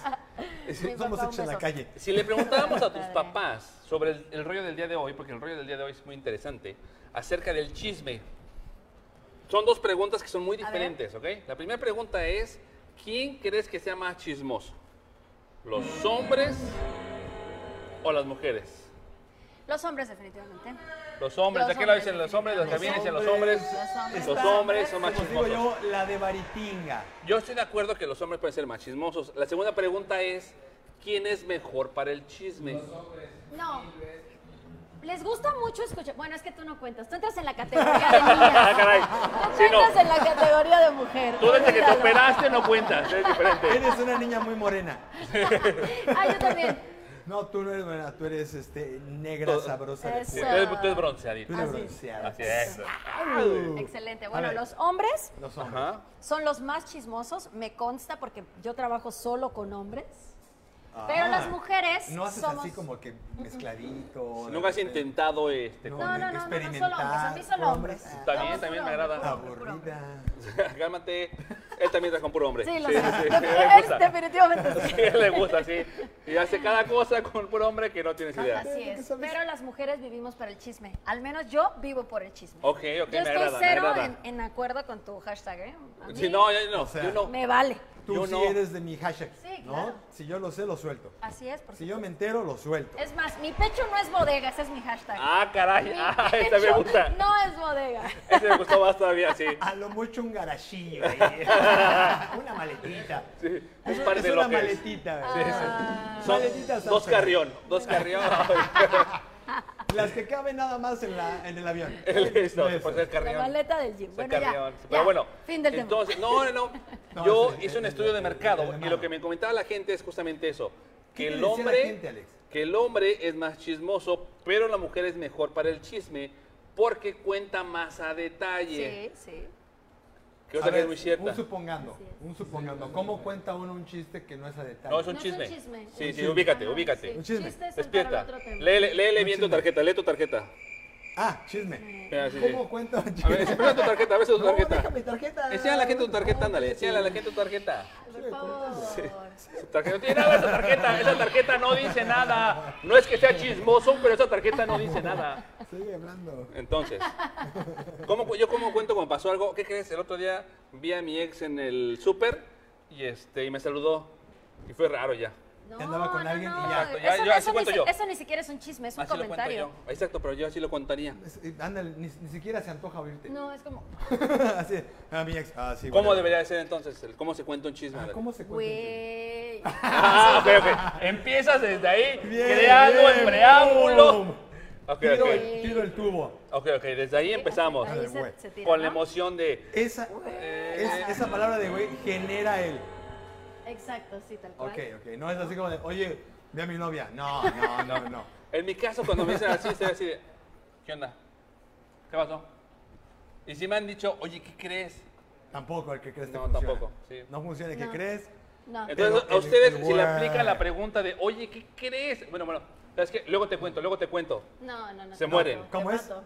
E: Mi
B: somos
E: papá, un
B: hechos en la
E: beso.
B: calle.
A: sí. Si le preguntáramos
E: [LAUGHS]
A: a tus
E: Padre.
A: papás sobre el, el rollo del día de hoy, porque el rollo del día de hoy es muy interesante, acerca del chisme, son dos preguntas que son muy
E: A ver.
A: diferentes, ¿ok? La primera pregunta es, ¿quién crees que sea más chismoso? ¿Los hombres o las mujeres?
E: Los hombres, definitivamente.
A: Los hombres,
E: Los
A: ¿de qué lado
E: hombres,
A: dicen los hombres? Los también
E: definitivamente.
A: dicen los hombres.
E: hombres. Pues
A: Los
B: Está-
A: hombres son más
B: Como digo
A: chismosos.
B: yo, la de Baritinga.
A: Yo estoy de acuerdo que los hombres pueden ser más chismosos. La segunda pregunta es, ¿quién es mejor para el chisme?
E: No. Les gusta mucho escuchar. Bueno, es que tú no cuentas. Tú entras en
A: [LAUGHS]
E: la categoría de niña.
A: Ah, caray.
E: Tú
A: Sí, no.
E: entras en la categoría de mujer.
A: Tú desde que te
E: Olvídalo.
A: operaste no cuentas, es diferente.
B: Eres una niña muy morena.
E: Ah, yo también.
B: No, tú no eres morena, tú eres este, negra,
A: Todo.
B: sabrosa. de
E: Eso.
A: Tú
B: cuero.
A: eres, tú eres
B: Tú
A: bronceadito.
B: eres
E: Así.
B: bronceada.
A: Así es.
E: Excelente.
B: A
E: Bueno,
B: ver.
E: los hombres
B: Los hombres.
A: Ajá.
E: son los más chismosos. Me consta porque yo trabajo solo con hombres. Pero
B: Ah.
E: las mujeres
B: No haces
E: somos...
B: así como que mezcladito. de
A: Nunca has
B: repente.
A: intentado este... [LAUGHS]
B: No,
E: No, no, no, no, no, solo hombres. A mí
B: experimentar,
E: solo hombres. Ah.
B: hombres.
A: Está
E: No,
A: bien,
E: solo
A: también me
E: hombres,
A: agrada.
E: puro hombre, puro hombre.
B: Aburrida.
A: Cálmate. Él también trabaja con puro hombre.
E: Sí, lo
A: sí,
E: sé.
A: sí,
E: Yo-
A: le
E: él
A: gusta.
E: definitivamente sí.
A: Sí, [LAUGHS] le gusta, sí. Y hace cada cosa con puro hombre que no tienes idea.
E: Así es. Pero las mujeres vivimos por el chisme. Al menos yo vivo por el chisme.
A: Ok, ok,
E: Yo
A: me
E: estoy
A: agrada, me
E: cero
A: agrada.
E: en, en acuerdo con tu hashtag, ¿eh? A mí
A: Sí, no, yo no,
B: O sea,
A: yo no.
E: Me vale.
B: Tú
A: Yo
B: sí
A: no.
B: eres de mi hashtag.
E: Sí,
B: ¿no?
E: claro.
B: Si yo lo sé, lo suelto.
E: Así es. por
B: Si yo
E: supuesto.
B: me entero, lo suelto.
E: Es más, mi pecho no es bodega, ese es mi hashtag.
A: Ah, caray. [LAUGHS]
E: Mi
A: Ah, esta me
E: pecho
A: gusta.
E: No es bodega.
A: Ese me gustó más todavía, sí.
B: A lo mucho un garachillo ahí.
A: [LAUGHS]
B: una maletita.
A: Sí,
B: Es,
A: un par
B: es
A: de
B: una
A: lockers.
B: maletita.
E: Ah,
A: Son
B: Maletitas
A: dos
B: Samsung.
A: carrión, dos
E: [LAUGHS]
A: carrión. [LAUGHS]
B: Las que caben nada más en, la, en
A: [LAUGHS]
B: el avión.
A: Listo,
B: Eso.
A: por ser
E: la
A: carrión.
E: maleta del gym.
A: Ser
E: Bueno, ya,
A: carrión.
E: ya.
A: Pero bueno,
E: Fin del tema.
A: entonces, no, no, no.
B: [LAUGHS] No,
A: Yo
B: sí,
A: hice un
B: el-
A: estudio de
B: el-
A: mercado
B: el
A: y lo que
B: hermano.
A: me comentaba la gente es justamente eso,
B: ¿Qué
A: que el
B: te decía la
A: hombre
B: gente, Alex?
A: que el hombre es más chismoso, pero la mujer es mejor para el chisme porque cuenta más a detalle.
E: Sí, sí.
A: Que
B: A
A: otra que
B: ver,
A: es muy cierta.
B: Un supongando, un supongando. ¿Cómo cuenta uno un chiste que no es a detalle?
A: No, es un
E: No es
A: chisme.
E: un chisme.
A: Sí,
E: Un
A: sí,
B: chisme.
A: ubícate,
E: Ajá,
A: ubícate.
E: sí.
B: Un chisme.
E: Chiste es saltar
A: Despierta.
E: al otro tema.
A: Léele, léele bien tu
B: chisme.
A: tarjeta, lee tu tarjeta.
B: Ah, chisme.
A: Mira, sí, sí.
B: ¿Cómo cuenta un
A: A
B: chiste?
A: ver, espera tu tarjeta, a ver si tu
B: No, deja
A: tarjeta.
B: mi tarjeta.
A: Enseñale a la gente tu tarjeta, ándale, enseñale a la gente tu tarjeta.
E: Por favor.
A: Su tarjeta no tiene nada esa tarjeta, esa tarjeta no dice nada. No es que sea chismoso, pero esa tarjeta no dice nada.
B: Sigue hablando.
A: Entonces, ¿cómo cu- yo como cuento cuando pasó algo, ¿qué crees? El otro día vi a mi ex en el súper y este y me saludó y fue raro ya.
E: No,
B: Que andaba con
E: no,
B: alguien y
E: no.
B: ya.
A: Exacto, ya-
E: eso,
A: yo así
E: eso ni,
A: cuento
E: si-
A: yo.
E: eso ni siquiera es un chisme, es un
A: Así lo cuento
E: comentario.
A: yo. Exacto, pero yo así lo contaría.
B: Es- eh, Ándale, ni, ni siquiera se antoja oírte.
E: No, es como,
B: [LAUGHS] Así, a mi ex. Ah, sí,
A: ¿Cómo
B: bueno.
A: debería de ser entonces? el- ¿Cómo se cuenta un chisme?
B: Ah, ¿Cómo se cuenta? un chiste?
E: güey.
A: Ah, ok, ok. Empiezas desde ahí,
B: Bien,
A: creando el
B: bien,
A: preámbulo.
B: boom.
A: Ok,
B: Tiro,
A: ok.
B: el, tiro el tubo.
A: Ok, ok, desde ahí empezamos.
E: Ahí
B: Madre, güey.
E: se, se tira,
A: Con la
E: ¿no?
A: emoción de.
B: Esa, es- esa palabra de güey genera el.
E: Exacto, sí, tal cual.
B: Ok, ok. No es así como de, oye, ve a mi novia. No, no, no, no.
A: En mi caso, cuando me dicen así, estoy así de. ¿Qué onda? ¿Qué pasó? Y si me han dicho, oye, ¿qué crees?
B: Tampoco el que crees que
A: No,
B: funciona.
A: tampoco, sí.
B: No funciona el que
E: No.
B: crees.
E: No.
A: Entonces,
B: Ah, Pero
A: a
B: el-
A: ustedes,
B: el
A: si le
B: güey.
A: aplican la pregunta de, oye, ¿qué crees? Bueno, bueno, ¿sabes qué? Luego te cuento, luego te cuento.
E: No, no, no.
A: Se
E: te
A: mueren.
E: mato, te
B: ¿Cómo es? [LAUGHS]
E: mato.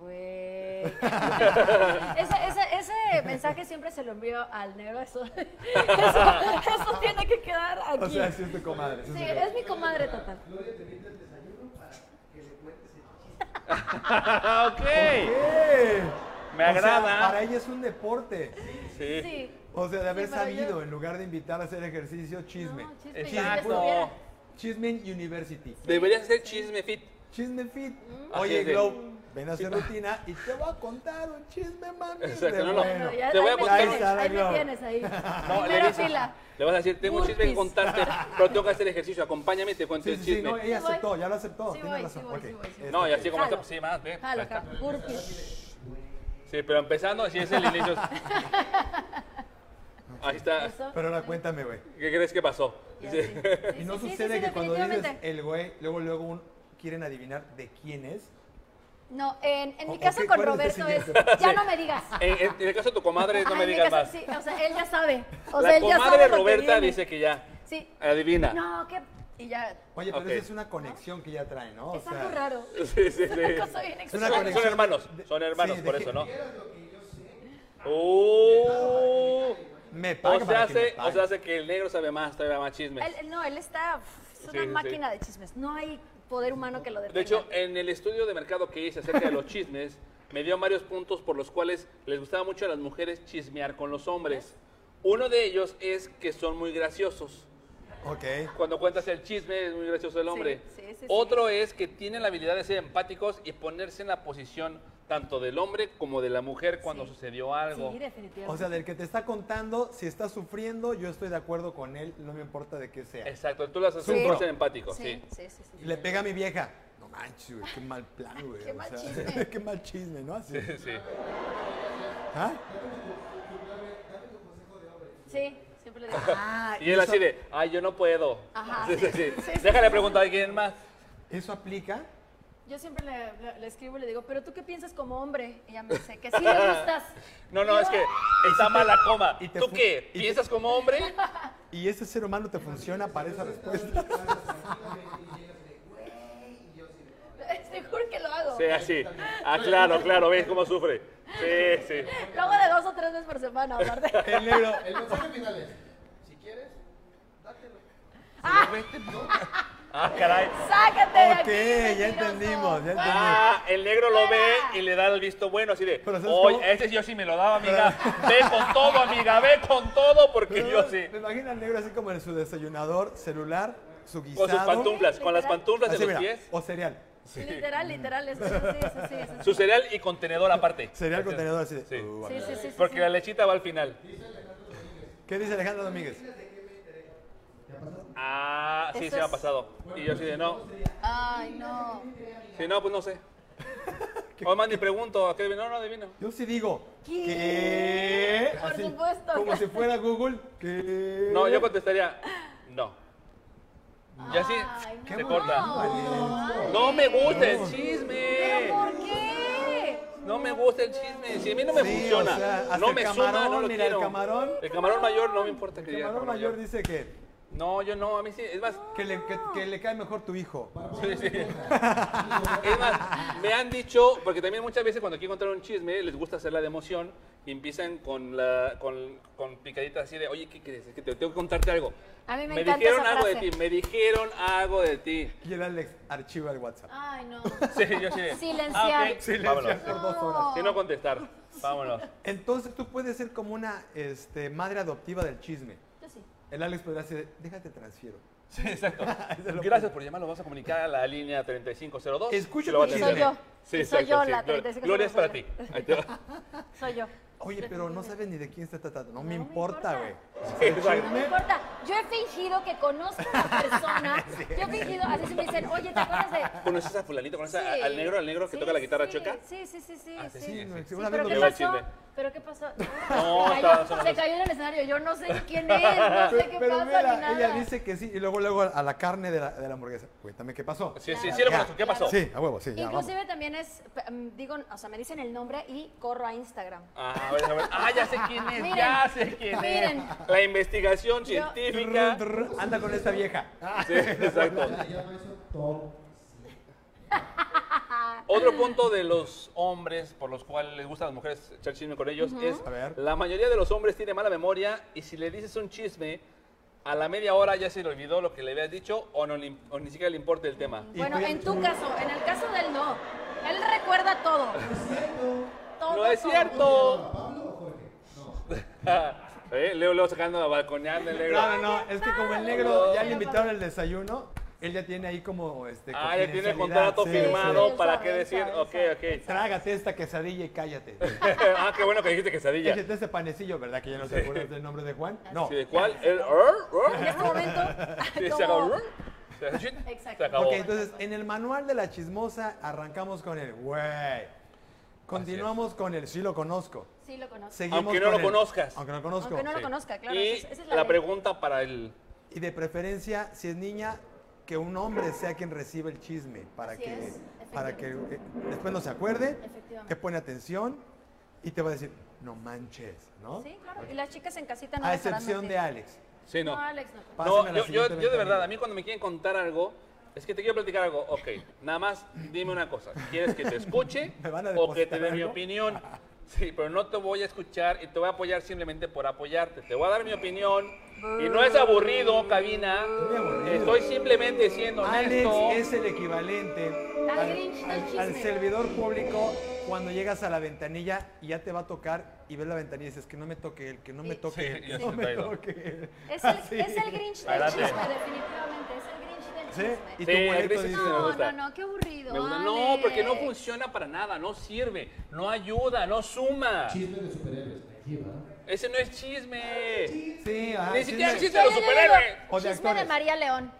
E: Güey. [LAUGHS] ese, ese- ese mensaje siempre se lo envío al negro. Eso, [LAUGHS] eso, eso tiene que quedar aquí.
B: O sea, sí es tu comadre. sí es tu
E: sí,
B: comadre.
E: es mi comadre total.
A: Ah, ok.
B: ¡Eh!
A: Me
B: O sea,
A: agrada.
B: para ella es un deporte.
A: Sí.
E: Sí.
B: O sea, de haber
E: Sí, para ella-
B: sabido, en lugar de invitar a hacer ejercicio, chisme.
E: No, chisme.
A: Exacto.
B: Chisme University.
A: Deberías ser chisme fit.
B: Chisme fit.
A: Mm. Así
B: Oye,
A: es de-
B: Glow, ven a hacer rutina y te voy a contar un chisme, mami.
A: Exacto,
B: de
A: no, no.
B: bueno.
E: ya-
A: Te voy a
E: ahí me
A: contar
E: tienes,
B: un-
E: Ahí me
B: Claro.
E: tienes, ahí.
A: No, le
E: Primera
A: dices-
E: fila.
A: le vas a decir, tengo un chisme que
E: Burpees.
A: contarte, pero tengo que hacer ejercicio, acompáñame y te cuento
B: Sí,
A: el
B: sí, sí,
A: chisme.
B: no, este, ella
E: Sí voy.
B: aceptó, ya lo aceptó.
E: Sí
B: tiene
E: voy, sí
B: razón.
E: voy,
B: Ok,
E: sí voy, sí voy.
A: No, y así como
E: Jalo.
A: está, sí, más, ve. ahí
E: Jalo,
A: está.
E: cabrón. burpees.
A: Sí, pero empezando, si es el
E: [LAUGHS]
A: inicio. Ahí está.
E: Eso.
B: Pero ahora cuéntame, güey.
A: ¿Qué crees que pasó?
E: Y
A: Ah. Sí. [LAUGHS]
E: así. Sí,
B: Y no
E: sí, sí,
B: sucede
E: sí,
B: que cuando dices
E: definitivamente.
B: el güey, luego, luego un- quieren adivinar de quién es.
E: No, en, en mi
B: ¿O- o
E: caso
B: qué-
E: con
B: cuál es el
E: Roberto es,
B: siguiente?
E: ya no me digas.
A: En, en- en el caso de tu comadre, no
E: Ajá,
A: me
E: en mi
A: digas
E: caso,
A: más.
E: Sí, o sea, él ya sabe. O sea,
A: La
E: él ya sabe
A: comadre
E: lo que
A: Roberta
E: viene.
A: dice que Ah. ya.
E: Sí.
A: Adivina.
E: No, que... Y ya...
B: Oye, pero
A: Ok.
B: esa es una conexión que ya traen, ¿no? O
E: es
B: sea,
E: algo raro.
A: [LAUGHS] Sí, sí, sí.
E: Una cosa bien
B: Es una
E: extraña.
A: Son, son
B: conexión
A: hermanos,
B: de-
A: son hermanos,
B: sí, de
A: por
B: que-
A: eso, ¿no? ¡Oh!
B: Me paga
A: O se,
B: para que me
A: hace, o
B: pague.
A: se hace que el negro sabe más, todavía más chismes.
E: Él- él- no, él está... pff,
A: Sí,
E: Es una
A: sí, sí.
E: máquina de chismes. No hay poder humano que lo detenga.
A: De hecho, en el estudio de mercado que hice acerca de los chismes, me dio varios puntos por los cuales les gustaba mucho a las mujeres chismear con los hombres. Uno de ellos es que son muy graciosos.
B: Ok.
A: Cuando cuentas el chisme, es muy gracioso el hombre.
E: sí, sí, sí.
A: Otro es que tienen la habilidad de ser empáticos y ponerse en la posición tanto del hombre como de la mujer cuando
E: Sí.
A: sucedió algo.
E: Sí, definitivamente.
B: O sea, del que te está contando, si está sufriendo, yo estoy de acuerdo con él, no me importa de qué sea.
A: Exacto, tú las haces
E: Sí.
A: por ser empático, sí.
E: sí, sí, sí, sí.
B: Le pega a mi vieja. No manches, güey, qué mal plan, güey.
E: Qué
B: o
E: mal
B: sea,
E: chisme.
B: [LAUGHS] qué mal chisme, ¿no? Así.
A: Sí, [LAUGHS] sí.
B: ¿Ah?
E: Sí, siempre le digo.
B: Ah,
A: Y él
B: eso-
A: así de, ay, yo no puedo.
E: Ajá,
A: Sí, sí,
E: sí.
A: sí.
E: Sí, sí,
A: Déjale
E: sí.
A: preguntar a alguien más.
B: Eso aplica.
E: Yo siempre le, le- le escribo y le digo, pero tú qué piensas como hombre. Y ella me dice, que sí le
B: [LAUGHS]
E: gustas.
A: No, no, es que está mala coma.
B: y te
A: ¿Tú
B: fu-
A: qué?
B: y te-
A: ¿Piensas como
E: [LAUGHS]
A: hombre?
B: Y ese ser humano te funciona para
A: [LAUGHS]
B: esa respuesta.
E: Seguro que lo hago.
A: Sí, así. Ah, claro, claro, ves cómo sufre. Sí, sí.
E: Lo hago de dos o tres veces por semana, aparte.
B: El negro.
C: El mensaje final es, si quieres, dátelo.
A: Ah, caray.
E: [LAUGHS] ¡Sácate de
B: Ok,
E: aquí,
B: ya
E: mentiroso!
B: entendimos, ya entendimos.
A: Ah, el negro lo ve y le da el visto bueno, así de,
B: Pero ¿sabes
A: oye,
B: cómo?
A: ese yo sí me lo daba, amiga.
B: [LAUGHS]
A: Ve con todo, amiga, ve con todo, porque
B: Pero
A: yo sí.
B: Me imagino al negro así como en su desayunador, celular, su guisado.
A: Con sus pantuflas, con las
E: Literal.
A: pantuflas de
B: Así,
A: los
B: mira,
A: pies,
B: O cereal.
E: Literal, literal, eso sí, eso sí, eso sí.
A: su cereal y contenedor aparte.
B: Cereal contenedor así de.
A: Sí.
B: "Uh,
E: Sí, sí, sí, sí,
A: Porque
E: sí.
A: la lechita va al final.
B: ¿Qué dice Alejandro Domínguez?
A: Ah, sí,
E: Eso
A: se me ha
E: es-
A: pasado. Y yo así de, no,
E: Ay, no.
A: si no, pues no
B: [LAUGHS]
A: sé. O más ni pregunto, ¿a qué adivino? No, no adivino.
B: Yo sí digo.
E: ¿Qué?
B: ¿Qué?
E: Por supuesto.
B: Como si fuera Google. ¿Qué?
A: No, yo contestaría, no. Y así
E: Ay,
A: se
E: no.
A: corta.
E: Ay.
A: No me gusta el
B: No.
A: chisme.
E: ¿Pero por qué?
A: No me gusta el chisme. Si a mí no me
B: Sí,
A: funciona,
B: o sea, hasta
A: no
B: el
A: me
B: camarón,
A: suma, no lo
B: mira,
A: quiero.
B: el camarón.
A: El camarón mayor no me importa que
B: El
A: diga.
B: camarón mayor dice que,
A: No, yo no, a mí sí. Es más, [LAUGHS]
B: que, le, que- que le cae mejor tu hijo.
A: Sí,
B: [LAUGHS]
A: sí. Es más, me han dicho, porque también muchas veces cuando quieren contar un chisme, les gusta hacerla de emoción y empiezan con la con, con picaditas así de, oye, ¿qué crees? Es que te tengo que contarte algo.
E: A mí me
A: me
E: encanta
A: dijeron
E: esa
A: algo
E: frase.
A: de ti, me dijeron algo de ti.
B: Y el Alex archiva el WhatsApp.
E: Ay, no.
A: Sí, yo sí. de,
E: [LAUGHS] Silenciar.
A: "Ah, ok, Vámonos.
B: Por dos horas.
A: Si no contestar, vámonos.
B: Entonces tú puedes ser como una este, madre adoptiva del chisme.
E: Yo sí.
B: El Alex podría decir, déjate transfiero.
A: Sí,
B: [LAUGHS]
A: exacto. Gracias por llamarlo. Vamos a comunicar a la línea 3502.
B: Escucha
A: Lo va a
B: tu
E: Que
B: chisme.
A: atender.
E: soy yo.
A: Sí,
E: Que soy
A: exacto,
E: yo
A: sí.
E: la [LAUGHS]
A: Gloria-
E: 3502.
A: Gloria es para ti. Ahí te va.
E: Soy yo.
B: Oye, pero
E: [LAUGHS]
B: no sabes ni de quién se está tratando. No, me
E: No me
B: importa,
E: importa.
B: güey.
A: Sí, exacto.
E: No me importa. Yo he fingido que conozco a la
B: [LAUGHS]
E: persona. Yo he fingido, así se me dicen, oye, ¿te acuerdas de...?
A: ¿Conoces a fulanito? ¿Conoces a-
E: Sí.
A: al negro, al negro que
E: Sí,
A: toca la guitarra
E: sí,
A: chueca?
E: Sí, sí, sí, sí.
A: Ah, sí,
E: sí.
A: sí, sí.
E: Sí,
B: Seguramente
E: pero
B: lo
E: ¿qué
A: Llegó el
E: pasó?
B: ¿eh?
A: chisme.
E: ¿Pero qué pasó?
A: No,
E: se,
A: estaba
E: cayó,
A: sonando.
E: se cayó en el escenario. Yo no sé ni
B: [LAUGHS]
E: quién es, no sé qué
B: Pero
E: pasa
B: mira,
E: ni nada.
B: ella dice que sí, y luego, luego a la carne de la, de la hamburguesa. Cuéntame qué pasó.
A: Sí, sí, sí, lo
B: Ya.
A: conozco. ¿Qué pasó?
B: Sí, a huevo, sí. ya, vamos.
E: Inclusive también es, p- mm, digo, o sea, me dicen el nombre y corro a Instagram.
A: Ah, a ver, a ver. Ah, ya sé quién es, ya
E: Miren,
A: sé quién
E: miren.
A: es. La investigación científica.
B: Trrr, trrr, Anda con esta vieja.
A: Sí, exacto.
C: Se llama eso top.
A: Otro punto de los hombres por los cuales les gusta a las mujeres echar chisme con ellos es
B: A ver.
A: la mayoría de los hombres tiene mala memoria y si le dices un chisme a la media hora ya se le olvidó lo que le habías dicho o, no le im- o ni siquiera le importa el tema.
B: Y
E: Bueno,
B: tú-
E: en tu caso, en el caso de él no. Él recuerda todo. Todo,
A: No es
E: todo.
A: cierto. [LAUGHS] Eh, Leo, Leo sacando la balconeada del negro.
B: No, no, no, es que como el negro
A: No.
B: ya le invitaron el desayuno, él ya tiene ahí como este.
A: Ah, ya tiene
B: confidencialidad.
A: contrato
B: Sí,
A: firmado
E: sí.
A: para
E: Él
A: qué
E: sabe,
A: decir,
E: él sabe,
A: ok,
E: él
B: sí.
A: ok.
B: Trágate esta quesadilla y cállate.
A: [LAUGHS] ah, qué bueno que dijiste quesadilla.
B: Échate este panecillo, ¿verdad? Que ya no se acuerdas del nombre de Juan. No.
A: Sí, ¿Cuál? El-
E: En
A: [LAUGHS]
E: este momento, [LAUGHS]
A: Sí, se
E: como- [LAUGHS]
A: acabó.
E: Exacto.
A: Se acabó.
B: Ok, entonces en el manual de la chismosa arrancamos con el güey. Continuamos con el sí lo conozco.
E: sí lo conozco.
B: Seguimos
A: Aunque no
B: con
A: lo
B: el-
A: conozcas.
B: Aunque no lo conozco.
E: Aunque no lo
A: Sí.
E: conozca, claro.
A: Y
E: esa es- esa es
A: la,
E: la ley.
A: pregunta para el.
B: Y de preferencia, si es niña, que un hombre sea quien reciba el chisme para
E: Así
B: que
E: es,
B: para que eh, después no se acuerde,
E: Efectivamente.
B: te pone atención y te va a decir, no manches, ¿no?
E: Sí, claro. Y las chicas en casita no
B: a
E: dejarán
B: excepción de
E: mentir.
B: Alex.
A: Sí, no.
E: No, Alex no.
B: Pásenme a la
A: no, yo, yo-
B: siguiente
A: yo de verdad,
B: ventanilla.
A: a mí cuando me quieren contar algo, es que te quiero platicar algo. Ok, nada más dime una cosa. ¿Quieres que te escuche
B: [LAUGHS] ¿Me van a
A: o que te dé
B: depositar
A: mi
B: algo?
A: opinión? Sí, pero no te voy a escuchar y te voy a apoyar simplemente por apoyarte. Te voy a dar mi opinión y no es aburrido, cabina.
B: Muy aburrido.
A: Estoy simplemente siendo
B: Alex
A: honesto.
B: es el equivalente
E: Al
B: al,
E: Grinch del
B: al- al
E: chisme.
B: servidor público cuando llegas a la ventanilla y ya te va a tocar y ves la ventanilla y dices que no me toque él, que no me
E: Sí.
B: toque
A: Sí,
B: él,
A: ya se
B: que no
A: te
B: me
A: ha ido.
B: toque él. Ah, [LAUGHS]
E: Es
B: Así.
E: el, es el Grinch del
A: Adelante.
E: chisme, definitivamente. Es el Grinch
B: Sí,
E: del
B: y
E: chisme.
B: tu
A: Sí, a
B: boleto
A: Grinch sí
B: dice,
A: me
E: No,
A: gusta.
E: no, no, qué aburrido.
A: Me gusta- No, porque no
E: Alex.
A: funciona para nada, no sirve, no ayuda, no suma.
C: Chisme de superhéroes. Aquí va.
A: Ese no es chisme.
B: sí, ah, ajá,
A: Ni siquiera
B: chisme".
A: existe
E: Ya,
A: los
E: ya, ya,
A: superhéroes.
E: ya.
B: O de
E: Chisme de
B: actores.
E: María León.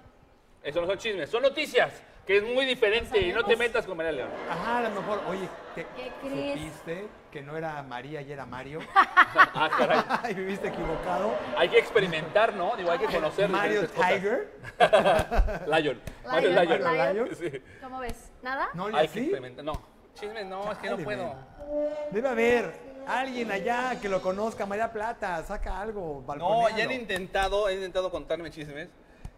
A: Eso no son chismes, son noticias, que es muy diferente y no te
E: sabemos.
A: metas con María
B: [LAUGHS]
A: León.
B: Ajá, a lo mejor, oye, ¿te
E: ¿Qué crees?
B: supiste que no era María y era Mario? [LAUGHS]
A: Ah, caray.
B: y viviste equivocado.
A: Hay que experimentar, ¿no? Digo, hay que conocer
B: Mario
A: diferentes cosas.
B: Tiger.
A: Lion. Mario
E: Lion,
A: Lion.
B: Mario
A: Sí.
E: ¿Cómo ves? ¿Nada?
B: No le
A: Hay que
B: así.
A: experimentar. No, chismes no, es que no
B: Dale,
A: puedo.
B: man. Debe haber alguien allá que lo conozca, María Plata, saca
A: No,
B: algo,
A: ya
B: balconéalo.
A: han intentado, he intentado contarme chismes.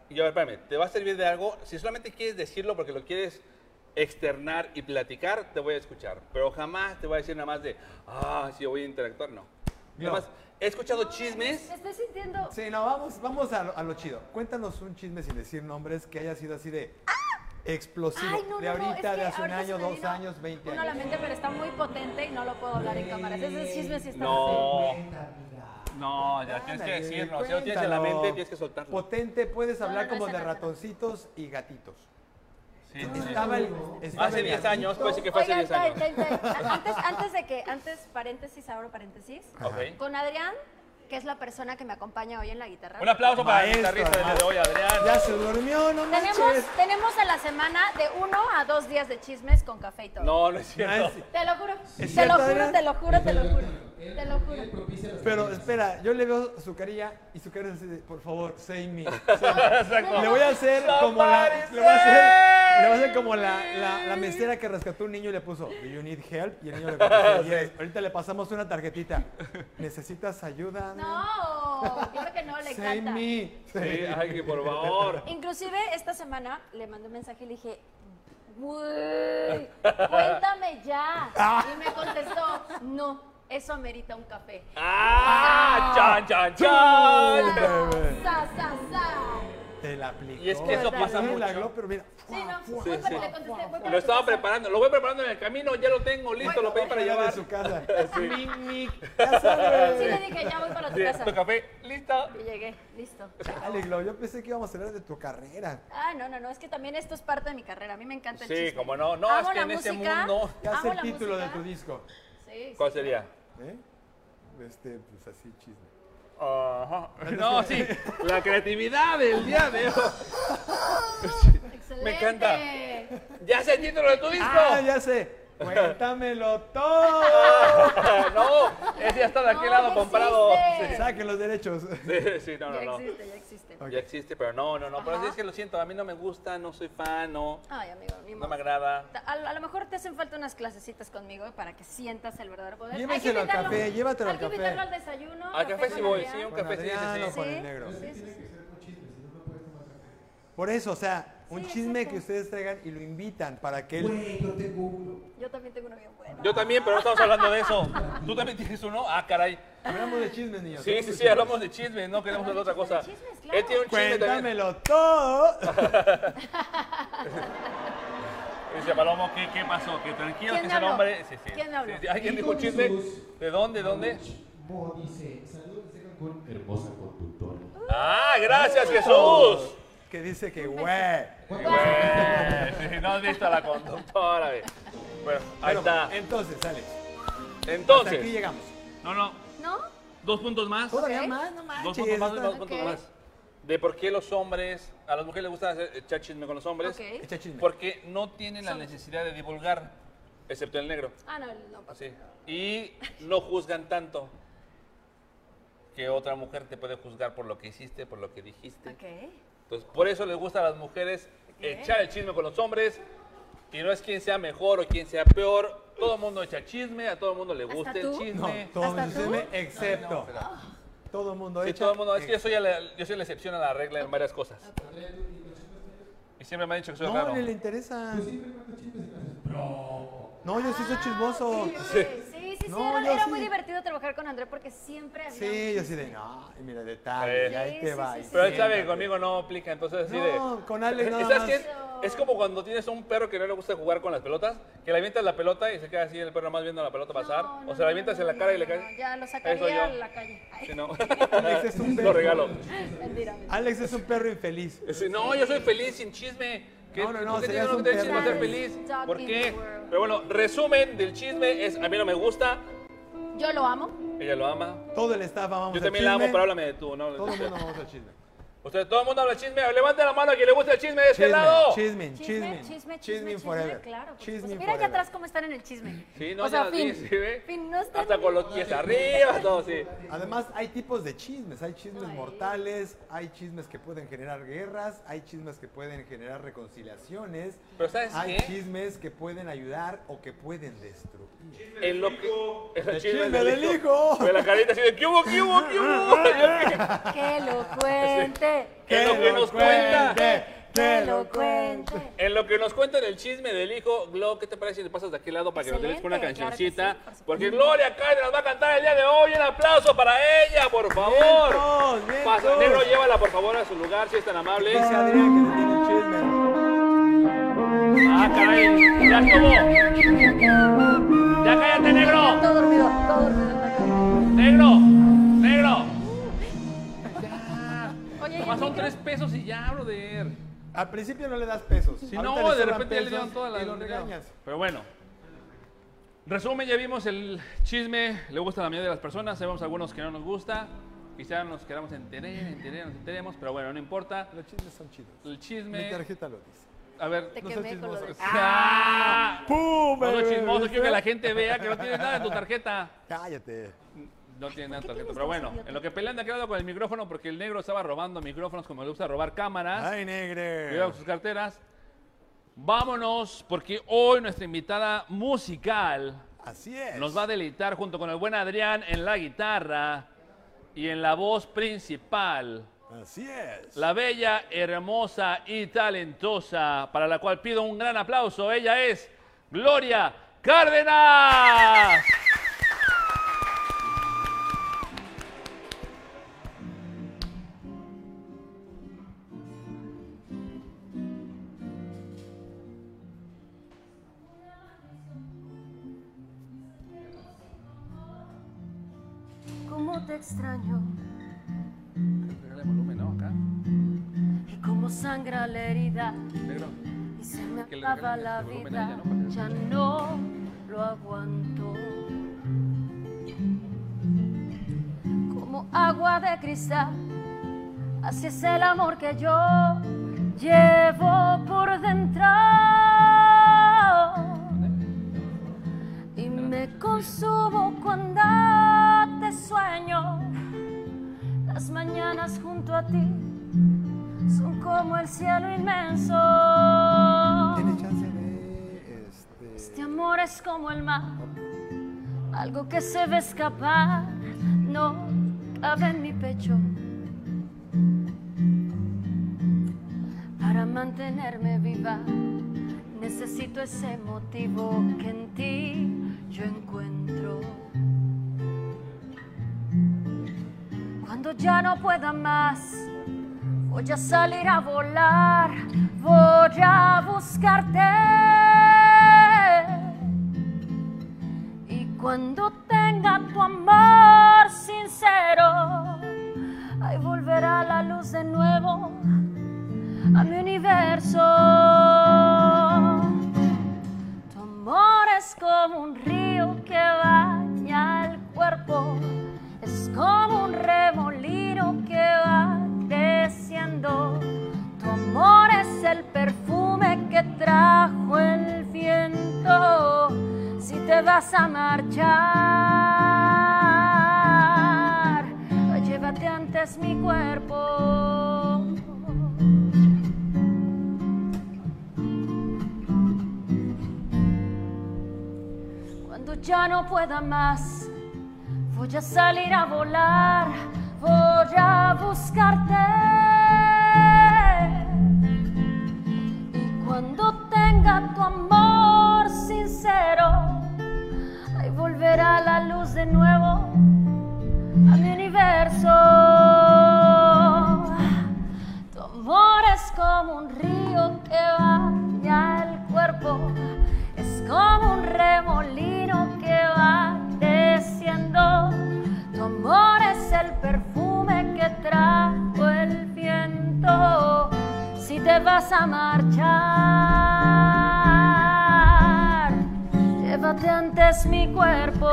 A: Y yo, a ver, espérame, ¿te va a servir de algo? Si solamente quieres decirlo porque lo quieres externar y platicar, te voy a escuchar. Pero jamás te voy a decir nada más de, ah, sí, voy a interactuar, no.
B: No.
A: Además, he escuchado chismes.
E: Me estoy sintiendo.
B: Sí, no, vamos, vamos a, lo, a lo chido. Cuéntanos un chisme sin decir nombres que haya sido así de explosivo.
E: Ay, no,
B: de
E: no, no,
B: ahorita,
E: es que
B: de hace un
E: ahorita se
B: año,
E: me
B: dos
E: vino
B: años, 20
E: Uno a la
B: años.
E: mente, pero está muy potente y no lo puedo hablar en cámaras. Ese chisme sí está.
A: No. No, ya tienes que
B: Ándale,
A: decirlo. Si lo tienes en la
B: cuéntalo. Pues,
A: mente, tienes que soltarlo.
B: Potente, puedes
E: No,
B: hablar
E: no, no,
B: como de
E: esa no, esa no.
B: ratoncitos y gatitos.
A: Sí, sí, sí.
B: pues, Estaba el, estaba
A: Hace
B: el
A: 10
B: gatito.
A: años, pues. puede ser que fue hace
E: Oigan,
A: 10
E: tay,
A: años.
E: tay, tay.
A: [LAUGHS]
E: Antes, antes de que, antes paréntesis, abro paréntesis.
A: Ok.
E: Con Adrián, que es la persona que me acompaña hoy en la guitarra.
A: Un aplauso para el
B: Maestro,
A: guitarrista del día de hoy, Adrián.
B: Ya se durmió, no manches.
E: Tenemos, tenemos a la semana de uno a dos días de chismes con café y todo.
A: No, no es
B: Ah,
A: cierto.
B: es-
E: Te lo juro.
B: ¿Es
E: Te lo
B: cierto,
E: juro,
B: Adrián?
E: te lo juro, te lo juro. Te lo juro.
B: Pero espera, yo le veo su carilla y su cara es así de, por favor, save
A: [LAUGHS] [LAUGHS]
B: me.
A: Exacto.
B: Le voy a hacer como la. Le voy a hacer, le voy a hacer como la, la, la mesera que rescató un niño y le puso, Do you need help? Y el niño le
A: [LAUGHS]
B: contestó, "Yes". Ahorita le pasamos una tarjetita. ¿Necesitas ayuda?
E: No, claro que no, le
B: Save
E: encanta.
B: me.
A: Sí, ay, que por favor.
E: Inclusive esta semana le mandé un mensaje y le dije, güey, cuéntame ya. Y me contestó, no, eso amerita un café.
A: ¡Ah! ¡Chan, chan,
B: Ay,
A: chan!
B: bebé.
E: Sa, sa, sa.
B: Te la aplicó.
A: Y es que eso pasa
B: Me la
A: mucho.
B: habló, pero mira.
E: Sí, no,
B: fua,
E: voy
A: sí.
E: para- le contesté, voy para
A: Lo
E: tu
A: estaba
E: casa.
A: preparando, lo voy preparando en el camino, ya lo tengo listo, lo pedí para
B: allá
A: llevar.
B: de su casa.
A: [LAUGHS]
B: Mic, mic. Ya sabes.
E: Sí, le dije, ya voy para tu
A: Sí,
E: casa.
A: tu café, listo.
E: Y llegué, listo.
B: Chale, Glo, yo pensé que íbamos a hablar de tu carrera.
E: Ah, no, no, no, es que también esto es parte de mi carrera. A mí me encanta el
A: Sí,
E: chisme.
A: cómo no. No,
E: Amo
A: es que
E: la
A: en ese
E: música,
A: mundo-
B: ¿Qué hace
E: amo
B: el
E: la
B: título de
E: música.
B: tu disco?
E: Sí, sí.
A: ¿Cuál sería?
B: ¿Eh? este, pues así chisme.
A: Ajá. No, sí. La creatividad del día de hoy.
E: Excelente.
A: Me encanta. Ya sé el título de tu disco.
B: ¡Ah, ya sé! ¡Cuéntamelo todo!
A: [LAUGHS] no, ese ya está de aquel
E: No,
A: lado
E: ya
A: comprado.
E: existe.
B: Saquen los derechos.
A: Sí, sí, no, no,
E: Ya
A: no.
E: existe, ya existe.
B: Ok.
A: Ya existe, pero no, no, no. Pero
E: Ajá.
A: sí es que lo siento, a mí no me gusta, no soy fan, no,
E: Ay, amigo, ni
A: no me
E: modo.
A: agrada.
E: Ta- A, a lo mejor te hacen falta unas clasecitas conmigo para que sientas el verdadero poder. Hay que
B: Llévenselo al
E: invitarlo-
B: café, llévatelo
E: Hay
B: al
E: que
B: café.
E: invitarlo al desayuno.
A: Al café sí
E: con
A: voy,
E: Adrián.
A: sí, un
B: Con
A: café sí, sí,
B: Adriano,
A: sí.
B: con
E: Sí.
B: el negro.
E: Sí, sí, sí.
B: Por eso, o sea, un
E: Sí,
B: chisme
E: exacto.
B: que ustedes traigan y lo invitan para que él...
C: Güey, yo tengo uno.
E: Yo también tengo uno bien bueno.
A: Yo también, pero no estamos hablando de eso. ¿Tú también tienes uno? Ah, caray.
B: Hablamos de chismes, niños.
A: Sí, sí, sí, hablamos de chismes, no queremos hablar de otra cosa.
E: De chismes, claro.
A: Él tiene un chisme también.
B: ¡Cuéntamelo todo!
A: Dice Palomo, ¿qué, qué pasó? Que tranquilo,
E: ¿Quién
A: que
E: me
A: es el
E: habló?
A: hombre. Sí, sí.
E: ¿Quién me habló?
A: Sí, sí. ¿Alguien dijo un
C: Jesús.
A: chisme? ¿De dónde? ¿Dónde?
C: Bo dice, saludos de Cancún, hermosa conductora.
A: Ah, gracias, Jesús.
B: Que dice que, güey.
A: Güey, si [LAUGHS] no has visto a la conductora. güey. Bueno, ahí
B: Pero,
A: está.
B: Entonces, Alex, eh, hasta aquí
A: Entonces,
B: llegamos.
A: no, no,
E: ¿No?
A: dos puntos más.
B: Todavía
E: Ok.
B: más, no
A: Dos
B: manches.
A: puntos más,
B: esta-
A: dos puntos
E: Ok.
A: más. De por qué los hombres, a las mujeres les gusta hacer- echar chisme con los hombres.
E: Ok.
B: Echa chisme.
A: Porque no tienen la necesidad de divulgar, excepto el negro.
E: Ah, no, no pasa.
A: Sí. Y no juzgan tanto que otra mujer te puede juzgar por lo que hiciste, por lo que dijiste.
E: Ok.
A: Entonces, por eso les gusta a las mujeres
E: Bien.
A: echar el chisme con los hombres. Y no es quien sea mejor o quien sea peor. Todo el mundo echa chisme, a todo el mundo le gusta el
E: tú?
B: No,
A: chisme.
B: todo
E: ¿Hasta
B: el chisme,
E: tú?
B: excepto. Todo el mundo
A: Sí,
B: echa. Eh,
A: todo el mundo. Es que yo
B: ex-
A: soy, la, yo soy la excepción a la regla en varias cosas. Y siempre me han dicho que soy
B: No,
A: raro.
B: ni le interesa. No, yo sí soy chismoso.
E: Sí, Ah, sí, sí, sí,
B: No,
E: era,
B: yo
E: era
B: sí.
E: muy divertido trabajar con André porque siempre había
B: Sí, yo sí de, no, y mira, detalle,
A: Sí.
B: y ahí
E: Sí,
B: te
E: sí,
B: va.
E: sí,
B: y
E: sí,
A: Pero
E: sí.
A: él sabe que
B: siéntate.
A: conmigo no aplica, entonces así de...
B: No, con Alex nada
A: ¿Sabes
B: más.
A: qué? Es como cuando tienes un perro que no le gusta jugar con las pelotas, que le avientas la pelota y se queda así el perro más viendo la pelota pasar,
E: No, no,
A: o se la
E: no,
A: avientas
E: no,
A: en la
E: no,
A: cara y
E: no,
A: le caes...
E: no, ya lo
A: Ahí soy
E: sacaría
A: yo.
E: a la calle. [LAUGHS] Ay,
A: Sí, no.
B: Alex es un
A: Lo
B: perro.
A: regalo.
E: mentira, mentira.
B: Alex es un perro infeliz.
A: Sí, no, yo soy feliz sin chisme. ¿Qué,
B: No, no, no,
A: ¿por qué
B: serías
A: tiene
B: un
A: que tener chisme
E: perro.
A: ser feliz?
E: Dog
A: ¿Por
E: in
A: qué?
E: the world.
A: Pero bueno, resumen del chisme es, a mí no me gusta,
E: Yo lo amo.
A: ella lo ama,
B: Todo el staff vamos
A: yo
B: al
A: también la amo,
B: chisme.
A: pero háblame de tú, no hables de
B: Todo el
A: usted.
B: mundo vamos al
A: [LAUGHS]
B: chisme.
A: Usted, todo el mundo habla de chisme, levante la mano a quien le gusta el chisme de este
B: Chisme,
A: lado.
B: chisme,
E: Chisme,
B: chisme.
E: chisme,
B: Chisme
E: chisme,
B: forever.
E: chisme, claro. por
B: Chisme
E: supuesto. Mira allá
B: forever.
E: atrás cómo están en el chisme.
A: Sí, no,
E: o sea,
A: ya,
E: fin.
A: sí, sí, ¿ve?
E: Fin, no están
A: Hasta con los pies arriba, todo, sí.
B: Además, hay tipos de chismes. Hay chismes
E: Ay.
B: mortales, hay chismes que pueden generar guerras, hay chismes que pueden generar reconciliaciones.
A: Pero ¿sabes
B: hay
A: qué?
B: chismes que pueden ayudar o que pueden destruir.
A: En lo que... El
B: chisme del hijo.
A: Con la carita así de, ¿qué hubo, qué hubo, qué
B: [LAUGHS]
A: hubo?
E: Que lo cuente.
A: Que lo que nos cuenta.
E: Que lo cuente.
A: En lo que nos cuentan el chisme del hijo, Glo, ¿qué te parece si le pasas de aquel lado para que lo tengas con una
E: Excelente, claro que
A: cancioncita?
E: sí, por supuesto.
A: Porque Gloria Calle nos va a cantar el día de hoy. Un aplauso para ella, por favor.
B: ¡Vientos, vientos!
A: Pasa, negro, llévala por favor a su lugar, si es tan amable.
B: Dice Adrián que le tiene un chisme.
A: Ah, caray, ya estuvo. Ya cállate, negro.
E: Todo dormido, todo dormido.
A: Negro, negro.
E: Oye, ¿y el
A: Nomás son
E: micro?
A: tres pesos y ya, brother.
B: Al principio no le das pesos.
A: Si
B: Ahorita
A: no, de
B: sobran
A: repente ya le
B: pesos
A: dieron todas las
B: Y lo regañas.
A: Pero bueno. Resumen, ya vimos el chisme, le gusta a la mayoría de las personas, sabemos algunos que no nos gusta, quizá nos quedamos enterar, enterar, nos enteremos, pero bueno, no importa.
B: Los chismes son chidos.
A: El
B: Mi
A: chisme,
B: tarjeta lo dice.
A: a ver,
E: Te
B: No seas
E: quemé con lo de.
B: chismoso.
A: ¡Ah!
B: ¡Pum!
A: No soy
B: bebé!
A: chismoso, quiero que
B: ¿Viste?
A: la gente vea que no tienes nada en tu tarjeta.
B: Cállate.
A: No tiene nada en tu tarjeta,
E: qué tienes
A: pero
E: dos
A: bueno,
E: idiotas?
A: en lo que pelean de aquel lado con el micrófono, porque el negro estaba robando micrófonos como le gusta robar cámaras.
B: Ay, negre.
A: Cuidado con sus carteras. Vámonos, porque hoy nuestra invitada musical
B: Así es.
A: nos va a deleitar junto con el buen Adrián en la guitarra y en la voz principal.
B: Así es.
A: La bella, hermosa y talentosa, para la cual pido un gran aplauso. Ella es Gloria Cárdenas.
F: Cómo te extraño
A: volumen, ¿no? Acá.
F: y cómo sangra la herida
A: Negro.
F: y se me
A: Que le
F: acaba
A: regalen
F: la
A: este volumen a
F: vida.
A: ella, ¿no? Para que-
F: Ya no lo aguanto.
E: como agua de cristal. Así es el amor que yo llevo por dentro. Y me consumo cuando te sueño. Las mañanas junto a ti son como el cielo inmenso.
B: Tiene chance de. Este.
E: Este amor es como el mar, algo que se ve escapar, no cabe en mi pecho. Para mantenerme viva, necesito ese motivo que en ti yo encuentro. Cuando ya no pueda más, Voy a salir a volar, voy a buscarte. Y cuando tenga tu amor sincero, ahí volverá la luz de nuevo a mi universo. Tu amor es como un río que baña el cuerpo, es como un remolino que va creciendo. Tu amor es el perfume que trajo el viento. Si te vas a marchar, llévate antes mi cuerpo. Cuando ya no pueda más, voy a salir a volar, voy a buscarte. Y cuando tenga tu amor sincero, ahí volverá la luz de nuevo a mi universo. Tu amor es como un río que baña el cuerpo, es como un remolino que va creciendo. Tu amor es el perfume que trajo el viento. Si te vas a marchar, llévate antes mi cuerpo.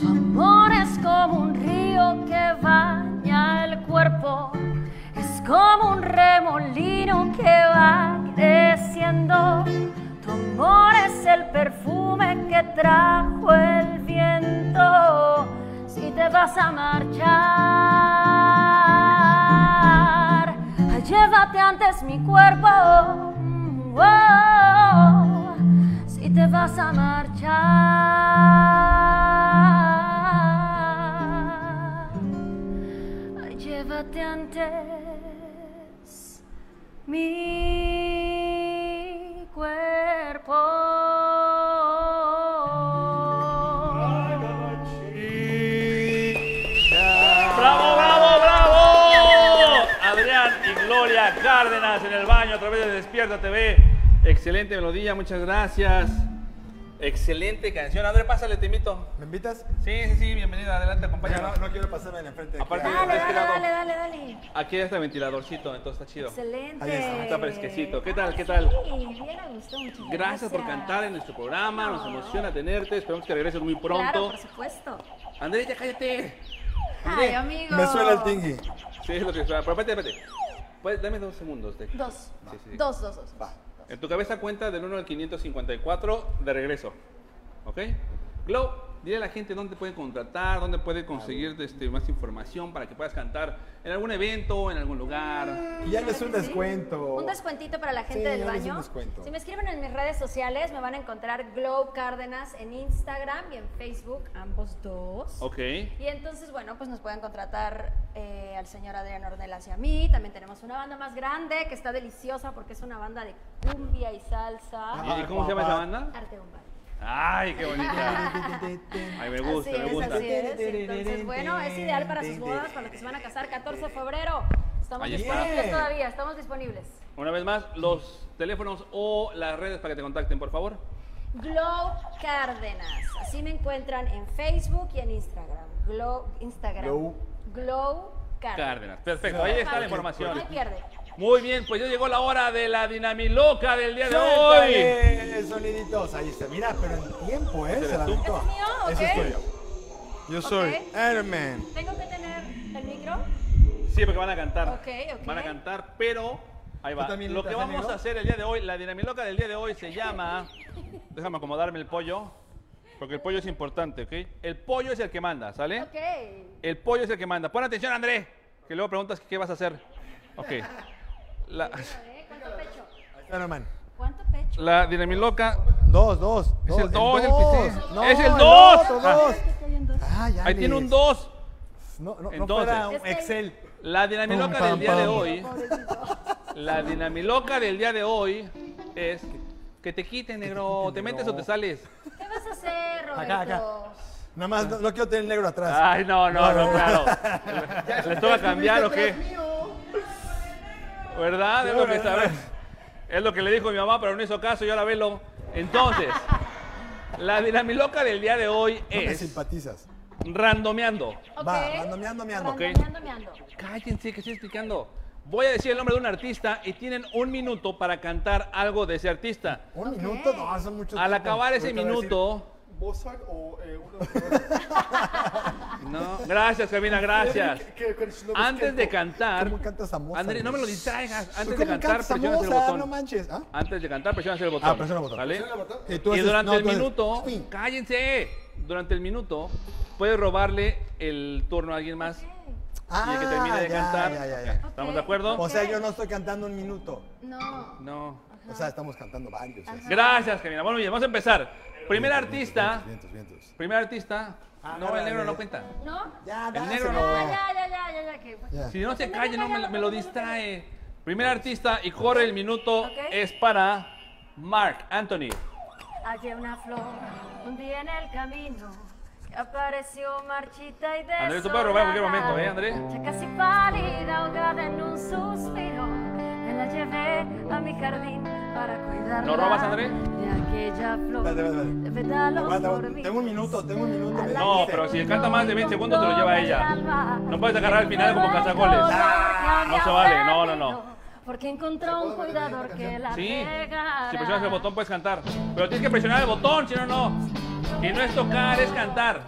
E: Tu amor es como un río que baña el cuerpo, es como un remolino que va creciendo. Tu amor es el perfume que trajo el viento. Si te vas a marchar, llévate antes mi cuerpo. Mm, oh. Si te vas a marchar, llévate antes mi cuerpo.
A: ¡Bravo, bravo, bravo! Adrián y Gloria Cárdenas en el baño a través de Despierta TV. Excelente melodía, muchas gracias. Excelente canción. André, pásale, te invito.
B: ¿Me invitas?
A: Sí, sí, sí, bienvenida. Adelante,
B: Oye,
A: acompáñanos.
B: no, no quiero pasarme en enfrente de
A: Aparte-
B: aquí.
G: Dale, dale,
A: Respirado.
G: dale, dale, dale.
A: Aquí está el ventiladorcito, entonces está chido.
G: Excelente. Ah,
B: Ahí está,
A: está fresquecito. ¿Qué tal, qué tal?
G: Sí, bien a gusto, muchas
A: Gracias por cantar en nuestro programa, nos emociona tenerte, esperamos que regreses muy
G: Claro,
A: pronto.
G: por supuesto.
A: Andrés, ya cállate.
G: Ay, Ah, amigo.
B: Me suena el tingui.
A: Sí, es lo que espera. Pero espérate, espérate. Pues, dame dos segundos. de-
G: Dos.
A: Sí, sí.
G: Dos, dos, dos.
B: Va.
A: En tu cabeza cuenta del 1 al 554 de regreso. ¿Ok? Glow, dile a la gente dónde pueden contratar, dónde pueden conseguir este, más información para que puedas cantar en algún evento, en algún lugar.
B: Y ya les un
G: Sí.
B: descuento.
G: Un descuentito para la gente
B: Sí,
G: del
B: ya les
G: baño.
B: un descuento.
G: Si me escriben en mis redes sociales, me van a encontrar Glow Cárdenas en Instagram y en Facebook, ambos dos.
A: ¿Ok?
G: Y entonces, bueno, pues nos pueden contratar eh, al señor Adrián Ornelas y a mí. También tenemos una banda más grande que está deliciosa porque es una banda de cumbia y salsa.
A: ¿Y, y cómo se llama esa banda?
G: Arte Bombay.
A: ¡Ay, qué bonita! Ay, me gusta,
G: así
A: me
G: es,
A: gusta.
G: así es. Entonces, bueno, es ideal para sus bodas, para los que se van a casar 14 de febrero.
E: Estamos
A: Ahí está.
E: disponibles todavía, estamos disponibles.
A: Una vez más, los teléfonos o las redes para que te contacten, por favor.
E: Glow Cárdenas. Así me encuentran en Facebook y en Instagram. Glow Instagram.
B: Glow.
E: Glow Cárdenas.
A: Cárdenas. Perfecto, ahí está la
E: No
A: información.
E: hay pierde.
A: Muy bien, pues ya llegó la hora de la dinamiloca del día de hoy.
B: ¡Suéltale, Soniditos, ahí está. Mira, pero en tiempo, ¿eh? Se la
A: tú?
B: aventó.
E: ¿Es mío?
B: Ese
E: Ok.
B: es tuyo. Yo soy
E: Ok.
B: Airman.
E: Tengo que tener el micro.
A: Sí, porque van a cantar.
E: Ok, ok.
A: Van a cantar, pero ahí va.
C: también
A: Lo que
C: estás en
A: vamos
C: negro?
A: a hacer el día de hoy, la dinamiloca del día de hoy se llama. Déjame acomodarme el pollo, porque el pollo es importante, ¿ok? El pollo es el que manda, ¿sale?
E: Ok.
A: El pollo es el que manda. Pon atención, André, que luego preguntas qué vas a hacer. Ok. La,
E: Eh, ¿Cuánto pecho?
B: Ahí está, Airman.
E: ¿Cuánto pecho?
A: la dinamiloca.
B: Dos, dos.
A: Es el
B: dos,
A: dos, el que sí.
B: No,
A: Es el dos.
B: otro dos. Ah, ya
A: Ahí
B: les-
A: tiene un 2.
B: No, no, no
A: Entonces.
B: fuera un
E: Es que-
B: Excel.
A: La dinamiloca
B: Pum,
A: del
B: pam,
A: día de
B: pam.
A: hoy. La dinamiloca del día de hoy es que te quiten, negro. ¿Te metes o te sales?
E: ¿Qué vas a hacer, Roberto?
B: Acá, acá. Nada más no, no quiero tener el negro atrás.
A: Ay, no, no,
B: No,
A: no,
B: no,
A: claro. ¿Les toca cambiar o qué? ¿Verdad? Es lo que sabes. Es lo que le dijo mi mamá, pero no hizo caso, yo la velo. Entonces, la dinamiloca del día de hoy
B: no me
A: es
B: simpatizas.
A: randomeando.
E: Ok.
B: Va, randomeando, meando.
E: Randomeando, meando.
A: Cállense, que estoy explicando. Voy a decir el nombre de un artista y tienen un minuto para cantar algo de ese artista.
B: Un minuto, no, son muchos.
A: Al acabar ese
B: Ahorita voy a decir,
A: minuto.
C: Mozart o eh, uno
A: [LAUGHS]
C: de
A: No, gracias, Camila, gracias.
C: que- que- que-
A: Antes de cantar.
B: ¿Cómo cantas a Mozart?
A: Andrés, no me lo
B: güey?
A: distraigas. Antes
B: ¿Cómo
A: de cantar,
B: cantas a
A: presionas el
B: Mozart?
A: botón.
B: No manches. ¿ah?
A: Antes de cantar, presionas el botón.
B: Ah, presiona el botón.
A: ¿vale?
B: Y, tú
A: Y
B: haces-
A: durante
B: no,
A: el
B: tú haces-
A: minuto,
B: Sí.
A: cállense. Durante el minuto, puedes robarle el turno a alguien más.
B: Ah,
A: y el que termine de
B: ya,
A: cantar.
B: ya, ya, ya.
A: ¿Estamos de acuerdo?
B: O sea, yo no estoy cantando un minuto.
E: No.
A: No.
B: O sea, estamos cantando varios. así.
A: Gracias, Camila. Bueno, bien, vamos a empezar. Primer artista.
B: Vientos, vientos.
A: Primer artista.
B: Ah,
A: No, el negro
B: dale.
A: no cuenta.
E: ¿No?
B: Ya,
A: El
B: dáselo.
A: negro no.
E: Ah, ya, ya, ya, ya, ya. Que...
B: Ya.
A: Si no se
E: No,
A: calle,
E: no,
A: no me,
E: no,
A: me lo
E: no, no, no.
A: distrae. Primer artista y corre el minuto
E: Ok.
A: es para Mark Anthony.
E: Hallé una flor un día en el camino que apareció marchita y desolada.
A: Andrés, tú puedes robar en cualquier momento, ¿eh, Andrés?
E: Ya casi pálida, ahogada en un suspiro, me la llevé a mi jardín para cuidarla.
A: ¿No robas, Andrés?
E: De aquella flor
B: Espérate, espérate, espérate.
E: de pétalos
B: Aguanta, aguanta.
E: dormidos.
B: Tengo un minuto, tengo un minuto. me
A: No,
B: dijiste.
A: pero si canta más de 20 segundos te lo lleva ella. No puedes agarrar al final como cazagoles.
E: Ah,
A: No se vale, no, no, no.
E: Porque encontró un cuidador que la
A: Sí,
E: regara.
A: si presionas el botón puedes cantar. Pero tienes que presionar el botón, si no, no. Y no es tocar, es cantar.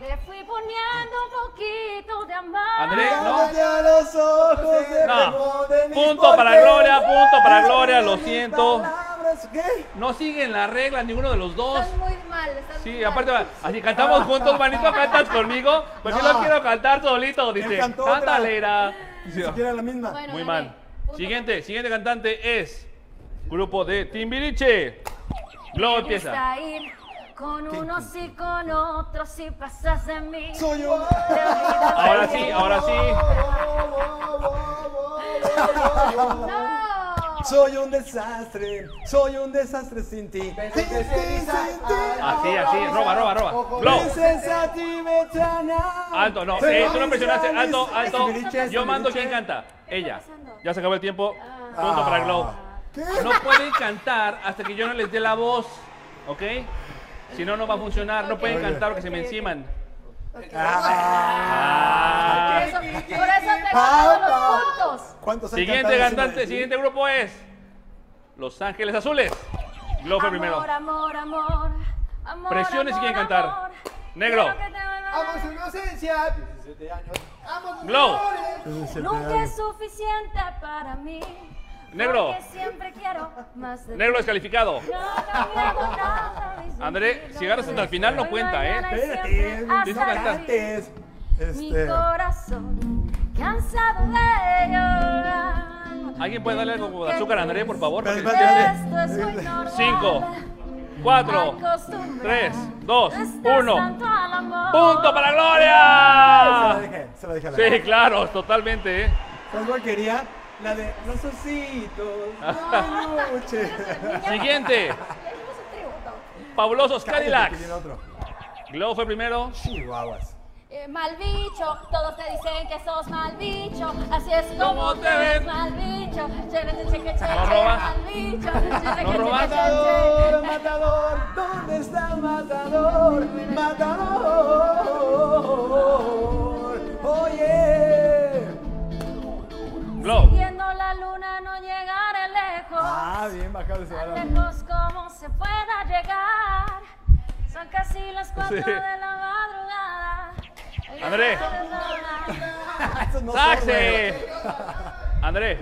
E: Le fui poniendo un poquito de amar.
A: Andrés, no.
B: Cállate a los ojos de
A: No.
B: de mis
A: Punto para
B: porquerías,
A: Gloria, punto para Gloria, lo
B: mis
A: siento.
B: palabras, ¿qué?
A: No siguen las reglas ninguno de los dos.
E: Estás muy mal, estás muy
A: Sí,
E: mal.
A: aparte, va, así cantamos juntos, manito, cantas conmigo. Porque no,
B: No.
A: quiero cantar solito, dice.
B: cantó otra.
A: Cántale, era.
B: Ni siquiera la misma.
E: Bueno,
A: Muy
E: gané.
A: mal.
E: Punto
A: Siguiente, siguiente cantante es grupo de Timbiriche. Globo
E: Me gusta
A: empieza.
E: ir con unos y con otros y pasas de mí.
B: Soy yo.
E: Te olvidas
A: Ahora
E: de
A: sí,
E: mí.
A: ahora sí.
E: No.
B: Soy un desastre, soy un desastre sin ti. Sin ti, sin ti.
A: Así, así, roba, roba, roba. Globo.
B: Princesa tibetana.
A: Alto, no.
B: Te
A: Eh, tú no presionaste.
B: voy a
A: Alto,
B: besar.
A: alto.
B: Timbiriche,
A: Yo mando
B: timbiriche.
A: quien canta. Ella.
E: pasando?
A: Ya se acabó el tiempo. Punto
B: Ah.
A: para Globo.
B: ¿Qué?
A: No pueden cantar hasta que yo no les dé la voz. ¿Ok? Si no, no va a funcionar. No pueden
B: Ok.
A: cantar porque se me enciman.
B: Ah.
A: Ah.
E: Por eso, por eso te ganan los puntos.
B: ¿Cuántos han
A: Siguiente
B: cantado encima
A: cantante,
B: de ti?
A: siguiente grupo es Los Ángeles Azules. Globo fue primero.
E: Amor, amor, amor. amor
A: Presiones si
E: amor,
A: quieren cantar.
E: amor.
A: Negro.
E: Quiero que te vuelvas a
C: Amo su inocencia. 17 años. Amo sus
A: Glow.
C: colores.
E: Nunca es suficiente para mí.
A: Negro.
E: Porque siempre quiero más de
A: Negro
E: ti.
A: descalificado.
E: No ha cambiado nada, mis
A: André,
E: sentidos.
A: si llegaras hasta el final, no
E: Hoy,
A: cuenta, ¿eh?
E: mañana y siempre
B: Espérate,
E: hasta
A: Tienes
B: no
A: que cantar.
E: aquí.
B: cantes.
E: Mi
B: Este.
E: corazón cansado de llorar.
A: ¿Alguien puede darle algo de azúcar a André, por favor?
B: Espérate,
A: Porque-
B: espérate.
E: Esto es muy normal.
A: Cinco, cuatro, tres, dos, uno. ¡Punto para
B: Se la
A: Gloria!
B: dejé, se la dejé a la
A: Sí, claro, totalmente. ¿eh?
B: ¿Sabes cuál quería? La de los ositos,
A: [LAUGHS]
B: la noche.
A: Siguiente, Fabulosos
B: Cállate, que
A: Cadillacs.
B: viene otro.
A: Globo fue primero.
B: Chihuahuas.
E: Eh, mal bicho, todos te dicen que sos mal bicho, así es
A: ¿Cómo
E: como
A: te
E: te ves
A: ven?
E: mal bicho, cheque, cheque, cheque,
A: Nos robas.
E: mal bicho, cheque, cheque,
A: robas.
E: cheque,
B: Matador, matador, ¿dónde está matador? Matador, oye.
A: Glow.
E: Viendo la luna no llegaré lejos.
B: Ah, bien bajado ese balón.
E: Lejos como se pueda llegar. Son casi las 4
A: Sí.
E: de la madrugada.
A: André. [LAUGHS]
B: Ah, Eso no
A: ¡Saxe!
B: corre.
A: André,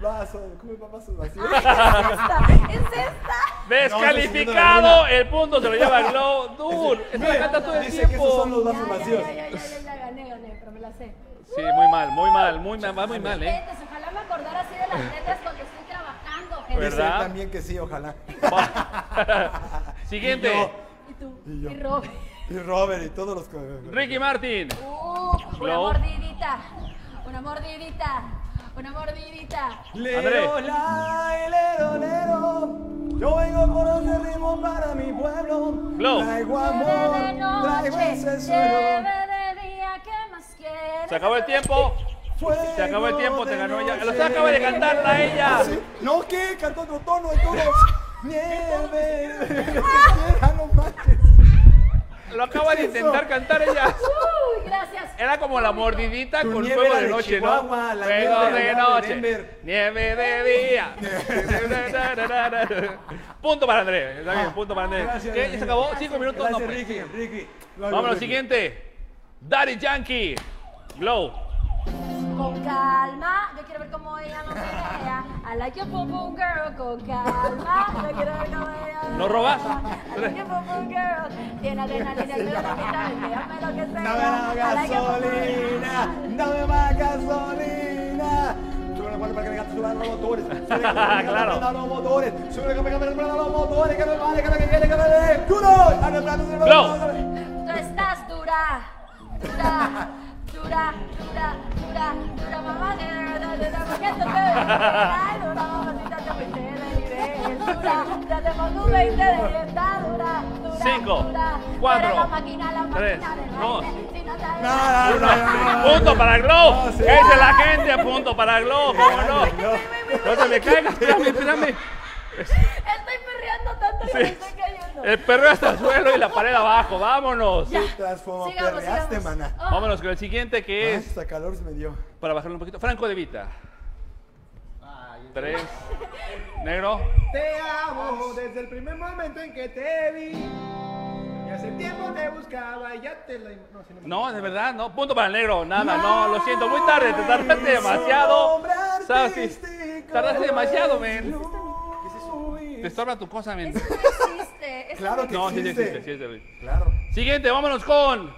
B: Vaso, come papas
A: Ah,
B: vacío.
E: ¿Es esta?
A: descalificado. El punto se lo lleva Glow. Dude, esa la canta todo el
B: Dice que esos
A: tiempo.
B: son los vasos
E: Ya,
B: vacíos.
E: ya, ya, ya, ya, ya, ya, gané, gané, pero me la sé.
A: Sí, muy mal, muy mal, muy mal, va muy mal,
B: [LAUGHS]
A: ¿eh?
E: Ventes, ojalá me acordara así de las letras porque estoy trabajando. gente.
B: Dice
A: ¿Verdad?
B: también que sí, ojalá.
A: Va. [LAUGHS]
B: Y
A: Siguiente.
B: yo.
E: Y tú,
B: Y yo.
E: y Robert.
B: Y Robert y todos los que.
A: Ricky Martin.
E: Uh, una
A: Glow.
E: mordidita, una mordidita, una mordidita.
B: Lero, la, lero, lero. Yo vengo con ese ritmo para mi pueblo.
A: Glow.
B: Traigo
E: Lleve de
B: amor, traigo
E: noche,
B: ese
E: lleve
B: suelo.
E: de día, ¿qué más quieres?
A: Se acabó el tiempo. Se acabó el tiempo, te ganó ella. Lo acaba de cantarla ella.
B: Ah, ¿Sí? No, ¿qué? Cantó otro tono, entonces. Nieve, [LAUGHS]
A: [LAUGHS]
B: lo que quiera, no manches.
A: Lo acaba de intentar cantar ella.
E: Uy, gracias.
A: Era como la mordidita
B: Tu
A: con
B: nieve
A: fuego
B: era
A: de
B: de
A: noche, ¿no?
B: Chihuahua, la nieve
A: Fuego
B: era
A: de
B: de
A: noche.
B: Denver.
A: Nieve de
B: [LAUGHS]
A: día. punto para André. Está bien, punto para André.
B: Gracias,
A: ¿Qué? ¿Ya
B: Ricky.
A: se acabó? Cinco minutos. No,
B: Gracias,
A: pues.
B: Ricky, Ricky.
A: Vamos a lo siguiente. Daddy Yankee. Glow.
E: Con calma, yo quiero ver cómo ella no se vea. I like your poo poo girl, con calma. Yo quiero ver cómo ella.
A: ¿No robas?
E: I like your poo poo girl. Tiene adrenalina, pero no quita, déjame lo que sea.
B: Dame la
E: I like your poo-poo girl.
B: gasolina, dame más gasolina. Sube la cual para que le gaste, suban los motores.
A: [LAUGHS]
B: Sube la cual para que le
A: Claro.
B: prendan los motores. Sube la cual para que le prendan los motores. Que me vale, que me quiere, que me dé. Ah, ¡Duro! Dale, dale, dale,
A: Blow. [LAUGHS]
B: dale.
E: Tú estás dura, dura, dura, dura, dura, dura, mamá, de verdad, de verdad, porque esto te Ay, dura, mamacita, te fuiste de nivel, dura, ya te pongo un 20 de dieta, dura, dura,
A: Cinco,
E: dura. Tú eres
A: cuatro,
E: la máquina, la máquina
A: tres,
E: del
A: dos.
E: baile, si no te
B: No, Ah, no,
A: Uno.
B: no, no, no.
A: Punto para Glow.
B: No, sí.
A: Esa es la gente. Punto para Glow. ¿Cómo no? No te me caigas. Espérame, espérame.
E: Estoy perreando tanto que me estoy cayendo.
A: El perro hasta el suelo y la pared abajo. Vámonos.
B: Transforma,
E: Sigamos,
B: perreaste,
E: sigamos.
B: maná.
E: Oh,
A: Vámonos con el siguiente que
B: Ah,
A: es.
B: Esta calor se me dio.
A: Para bajarlo un poquito. Franco de Vita. Tres. Negro.
C: Te amo desde el primer momento en que te vi. Y hace tiempo te buscaba y ya te la. No, si no me-
A: No, de verdad, no. Punto para el negro. Nada, no. Lo siento. Muy tarde. Te tardaste demasiado. ¿Sabes? Sí, Tardaste demasiado, men. Te estorba tu cosa, men.
E: eso no existe, eso
B: Claro que
A: No, sí, sí,
B: existe.
A: existe, sí, existe.
B: Claro.
A: Siguiente, vámonos con.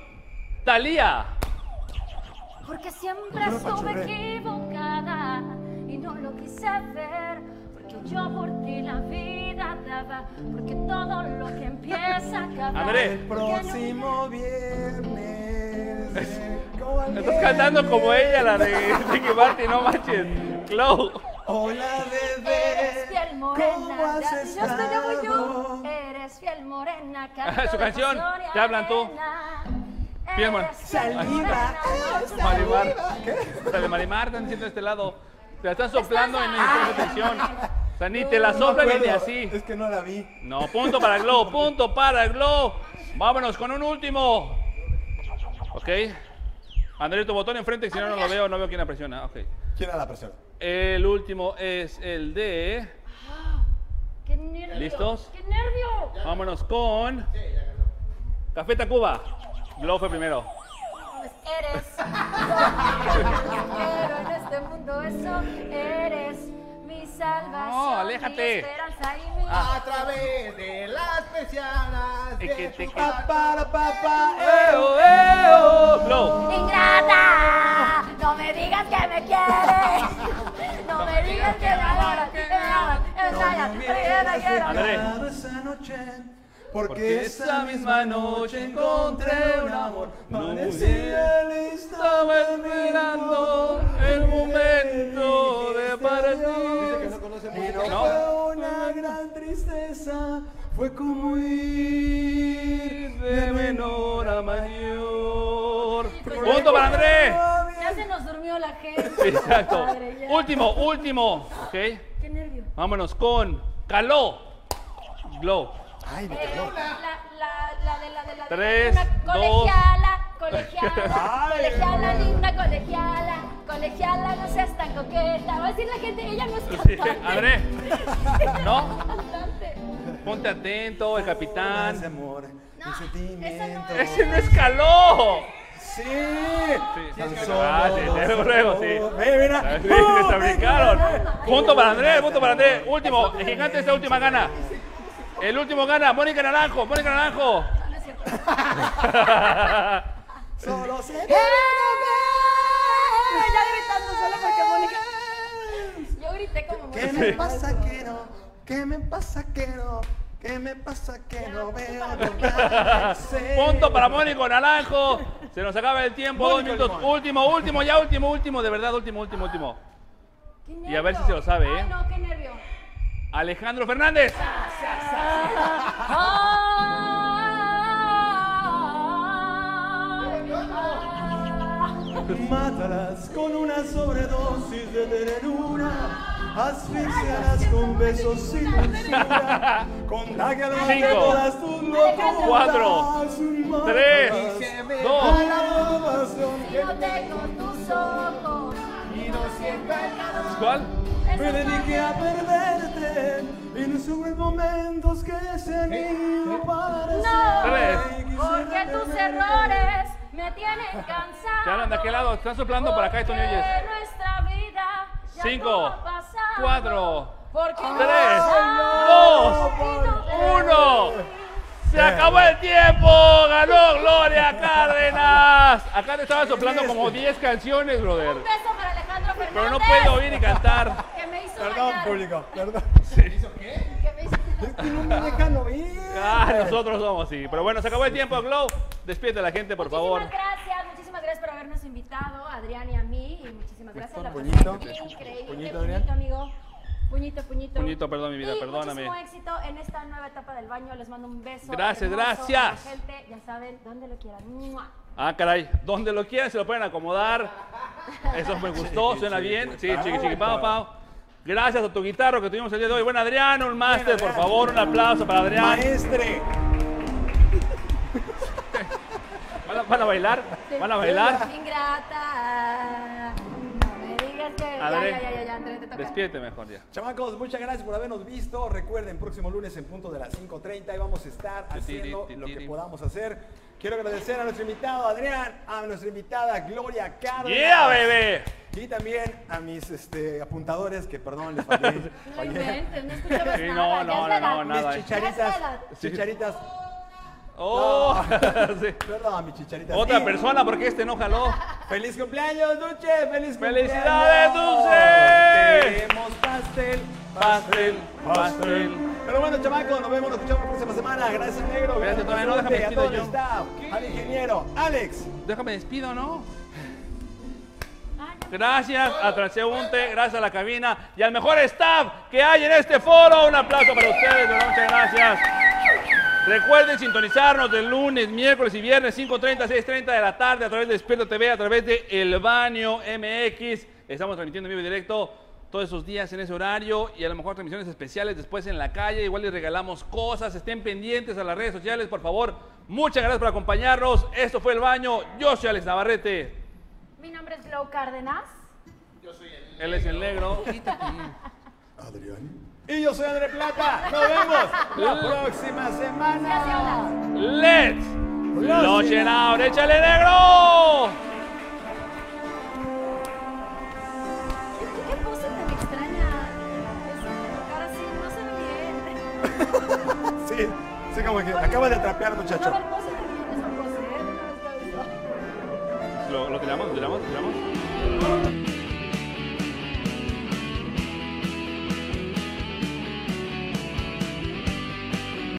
A: Talía.
E: Porque siempre
B: Una
E: estuve
B: pachurrera.
E: equivocada y no lo quise ver. Porque yo por ti la vida daba. Porque todo lo que empieza acaba.
A: André.
B: El próximo
A: [LAUGHS]
B: viernes.
A: Estás cantando como ella, la de Ricky Martin, no manches. Glow.
B: Hola,
E: Eres
B: bebé.
E: fiel
B: ¿Cómo
E: morena,
B: has
E: ya- yo Eh, estoy de
B: estado?
E: Boyú. Eres fiel morena, canto
A: Su
E: de
A: canción,
E: pasión y
A: Te hablan tú.
E: arena.
A: Fiel morena.
E: Eres fiel
B: Saliva.
E: morena,
B: eh,
E: no,
A: Marimar.
B: saliva. ¿Qué?
A: La de Marimar están diciendo de este lado. Te la están soplando en
E: Ah.
A: la atención. O sea, ni te la
B: No
A: soplan
B: me
A: ni de
B: acuerdo,
A: así.
B: Es que no la vi.
A: No, punto para Glow, punto para Glow. Vámonos con un último. Ok. André, tu botón enfrente, que si no, no lo veo, no veo quién la presiona. Ok.
B: ¿Quién era la persona?
A: El último es el de.
E: ¡Qué nervio!
A: ¿Listos?
E: ¡Qué nervio!
A: Vámonos con. Café Tacuba. Glow fue primero.
E: Eres pero en este mundo eso eres mi salvación
A: No, aléjate.
E: mi esperanza y mi
C: A través de las persianas.
A: Eh,
C: de
A: que te-
C: tu
A: que-
B: Papá, papá,
A: ¡Eo, eo! Glow.
E: ingrata no me digas que me quieres no me digas que me adoras que me amas ensayas me quiero
A: André.
B: esa noche. Porque esa misma noche encontré un amor
A: Parecía
B: Parecía
A: Estaba esperando el momento de
C: que
A: partir.
C: no conoce
B: Y
C: música.
B: no fue una gran tristeza Fue como ir
A: De menor a mayor. para Andrés!
E: Ya se nos durmió la gente.
A: Exacto.
E: Padre, ya.
A: Último, último. Ok.
E: Qué nervio.
A: Vámonos con Caló. Glow.
B: Ay, me
E: Eh,
B: cayó.
E: la, la, la de la de la
A: Tres,
E: una
A: dos.
E: colegiala, colegiala,
B: Ay.
E: colegiala, linda colegiala, colegiala, no seas tan coqueta. Va a decir la gente, ella no es
A: Sí,
E: cantante.
A: Andrés.
E: [LAUGHS]
A: ¿No?
E: Cantante.
A: Ponte atento, el
B: Ese
A: capitán.
B: amor,
E: No,
B: mi sentimiento.
E: esa
A: ¡Ese no es Caló!
B: Sí.
A: Sí,
B: Tan
A: sí,
B: solo
A: ah, sí,
B: dos
A: luego, luego, sí.
B: ojos. Ve, mira.
A: [LAUGHS] [LAUGHS] Sí,
B: ¡Oh,
A: se
B: venga,
A: brincaron.
B: venga!
A: Punto para Andrés, punto para Andrés. Último, el gigante esta última gana. El último gana, Mónica Naranjo, Mónica Naranjo.
E: No es cierto.
B: ¡Eh, Solo se.
E: Ay, ya gritando solo porque Mónica. Yo grité como
B: ¿Qué
E: Mónica.
B: me pasa que no? ¿Qué me pasa que no? ¿Qué me pasa que no veo? tu
A: [LAUGHS]
B: cara? Sé-
A: Punto para Mónico Naranjo. Se nos acaba el tiempo, dos minutos. Último, último, ya último, último, de verdad, último, último, último.
E: Qué
A: Y a ver si
E: nervio.
A: se lo sabe, ¿eh?
E: Ay, no, qué nervio.
A: Alejandro Fernández.
E: Ay, ay.
B: Mátalas con una sobredosis de ternura. Asfixialas con besos sin dulzura. Contágialas de
A: Cinco,
B: todas tus locuras.
A: cuatro, tres, dos.
E: Si no tengo tus ojos,
H: Y no siento el calor.
A: ¿Cuál?
B: Me dediqué a perderte en sobre momentos que se me
E: No,
A: Tres.
E: porque tus errores me tienen cansado.
A: ¿Qué hablan de aquel lado? Están soplando para acá, Tony Oyes.
E: Porque nuestra vida ya
A: Cinco,
E: no ha pasado.
A: cuatro,
E: Porque no
A: tres,
E: ha
A: dos,
E: sido
A: uno.
E: feliz.
A: Se acabó el tiempo, ganó Gloria Cárdenas. Acá te estaban soplando como 10 canciones, brother.
E: Un beso para Alejandro Fernández.
A: Pero no puedo oír ni cantar.
E: Que me hizo
B: Perdón,
E: bailar,
B: público, perdón.
E: Que me hizo
B: Es que no me dejan oír.
A: Ah, nosotros somos así. Pero bueno, se acabó el tiempo, Glow. Despídete a la gente, por favor.
E: Muchísimas gracias, muchísimas gracias por habernos invitado, a Adrián y a mí, y muchísimas gracias. La
B: Pues Puñito.
E: pasé increíble,
B: Puñito,
E: puñito,
B: Adrián.
E: amigo. Puñito, puñito.
A: Puñito, perdón, mi vida,
E: y
A: perdóname.
E: Muchísimo éxito en esta nueva etapa del baño. Les mando un beso.
A: Gracias,
E: hermoso
A: gracias.
E: A la gente, ya saben, donde lo quieran. ¡Mua!
A: Ah, caray. Donde lo quieran, se lo pueden acomodar. Eso me gustó, suena bien. Sí, chiqui, chiqui, pao, pao. Gracias a tu guitarra que tuvimos el día de hoy. Bueno, Adrián, un máster, por favor. Un aplauso para Adrián.
B: Maestre.
A: ¿Van a, van a bailar? ¿Van a bailar?
E: Ingrata. No me digas que.
A: A
E: Ya,
A: ver,
E: ya, ya, ya, ya, Andrés, te toca.
A: Despídete mejor ya.
B: Chamacos, muchas gracias por habernos visto. Recuerden, próximo lunes en punto de las 5.30 y vamos a estar haciendo lo que podamos hacer. Quiero agradecer a nuestro invitado Adrián, a nuestra invitada Gloria Cárdenas.
A: ¡Yeah, bebé!
B: Y también a mis este, apuntadores, que perdón, les
E: [LAUGHS]
B: fallé.
E: No
B: fallé.
E: inventes, no escuchabas
A: Sí,
E: nada.
A: no, no, no,
E: ya es la edad.
A: no, nada,
B: mis
A: eh.
B: chicharitas,
A: Sí.
B: chicharitas,
A: ¡Oh! [LAUGHS] sí.
B: perdón, mis chicharitas.
A: Otra
B: Y
A: persona, porque este no jaló.
B: ¡Feliz cumpleaños, Dulce! ¡Feliz cumpleaños!
A: ¡Felicidades, Dulce!
B: Queremos pastel,
A: Pastel, pastel.
B: Pero bueno, chamacos, nos vemos, nos escuchamos la próxima semana. Gracias, negro.
A: Espérate, todavía no,
B: Dulce,
A: déjame
B: a todo el
A: despido yo.
B: staff, al ingeniero, Alex.
A: Déjame despido, ¿no?
E: Ay, no.
A: Gracias a Transeúnte, gracias a la cabina y al mejor staff que hay en este foro. Un aplauso para ustedes, de verdad, muchas gracias. Recuerden sintonizarnos de lunes, miércoles y viernes 5.30, 6.30 de la tarde a través de Despierta TV, a través de El Baño MX. Estamos transmitiendo en vivo y directo todos esos días en ese horario y a lo mejor transmisiones especiales después en la calle. Igual les regalamos cosas. Estén pendientes a las redes sociales, por favor. Muchas gracias por acompañarnos. Esto fue El Baño. Yo soy Alex Navarrete.
E: Mi nombre es Glow Cárdenas.
A: Él es el negro.
B: Y yo soy André Plata. Nos vemos
A: [LAUGHS]
B: la próxima semana.
A: Let's Flush it out. ¡Échale negro!
E: ¿Qué, qué pose tan extraña? Es tocar así, no se ve
B: Sí,
E: bien.
B: sí, como que acaba de atrapear,
E: No,
B: muchacho.
E: a ver, pose también, esa pose, ¿eh? No les veo eso.
A: Lo, lo tiramos, lo tiramos, lo tiramos.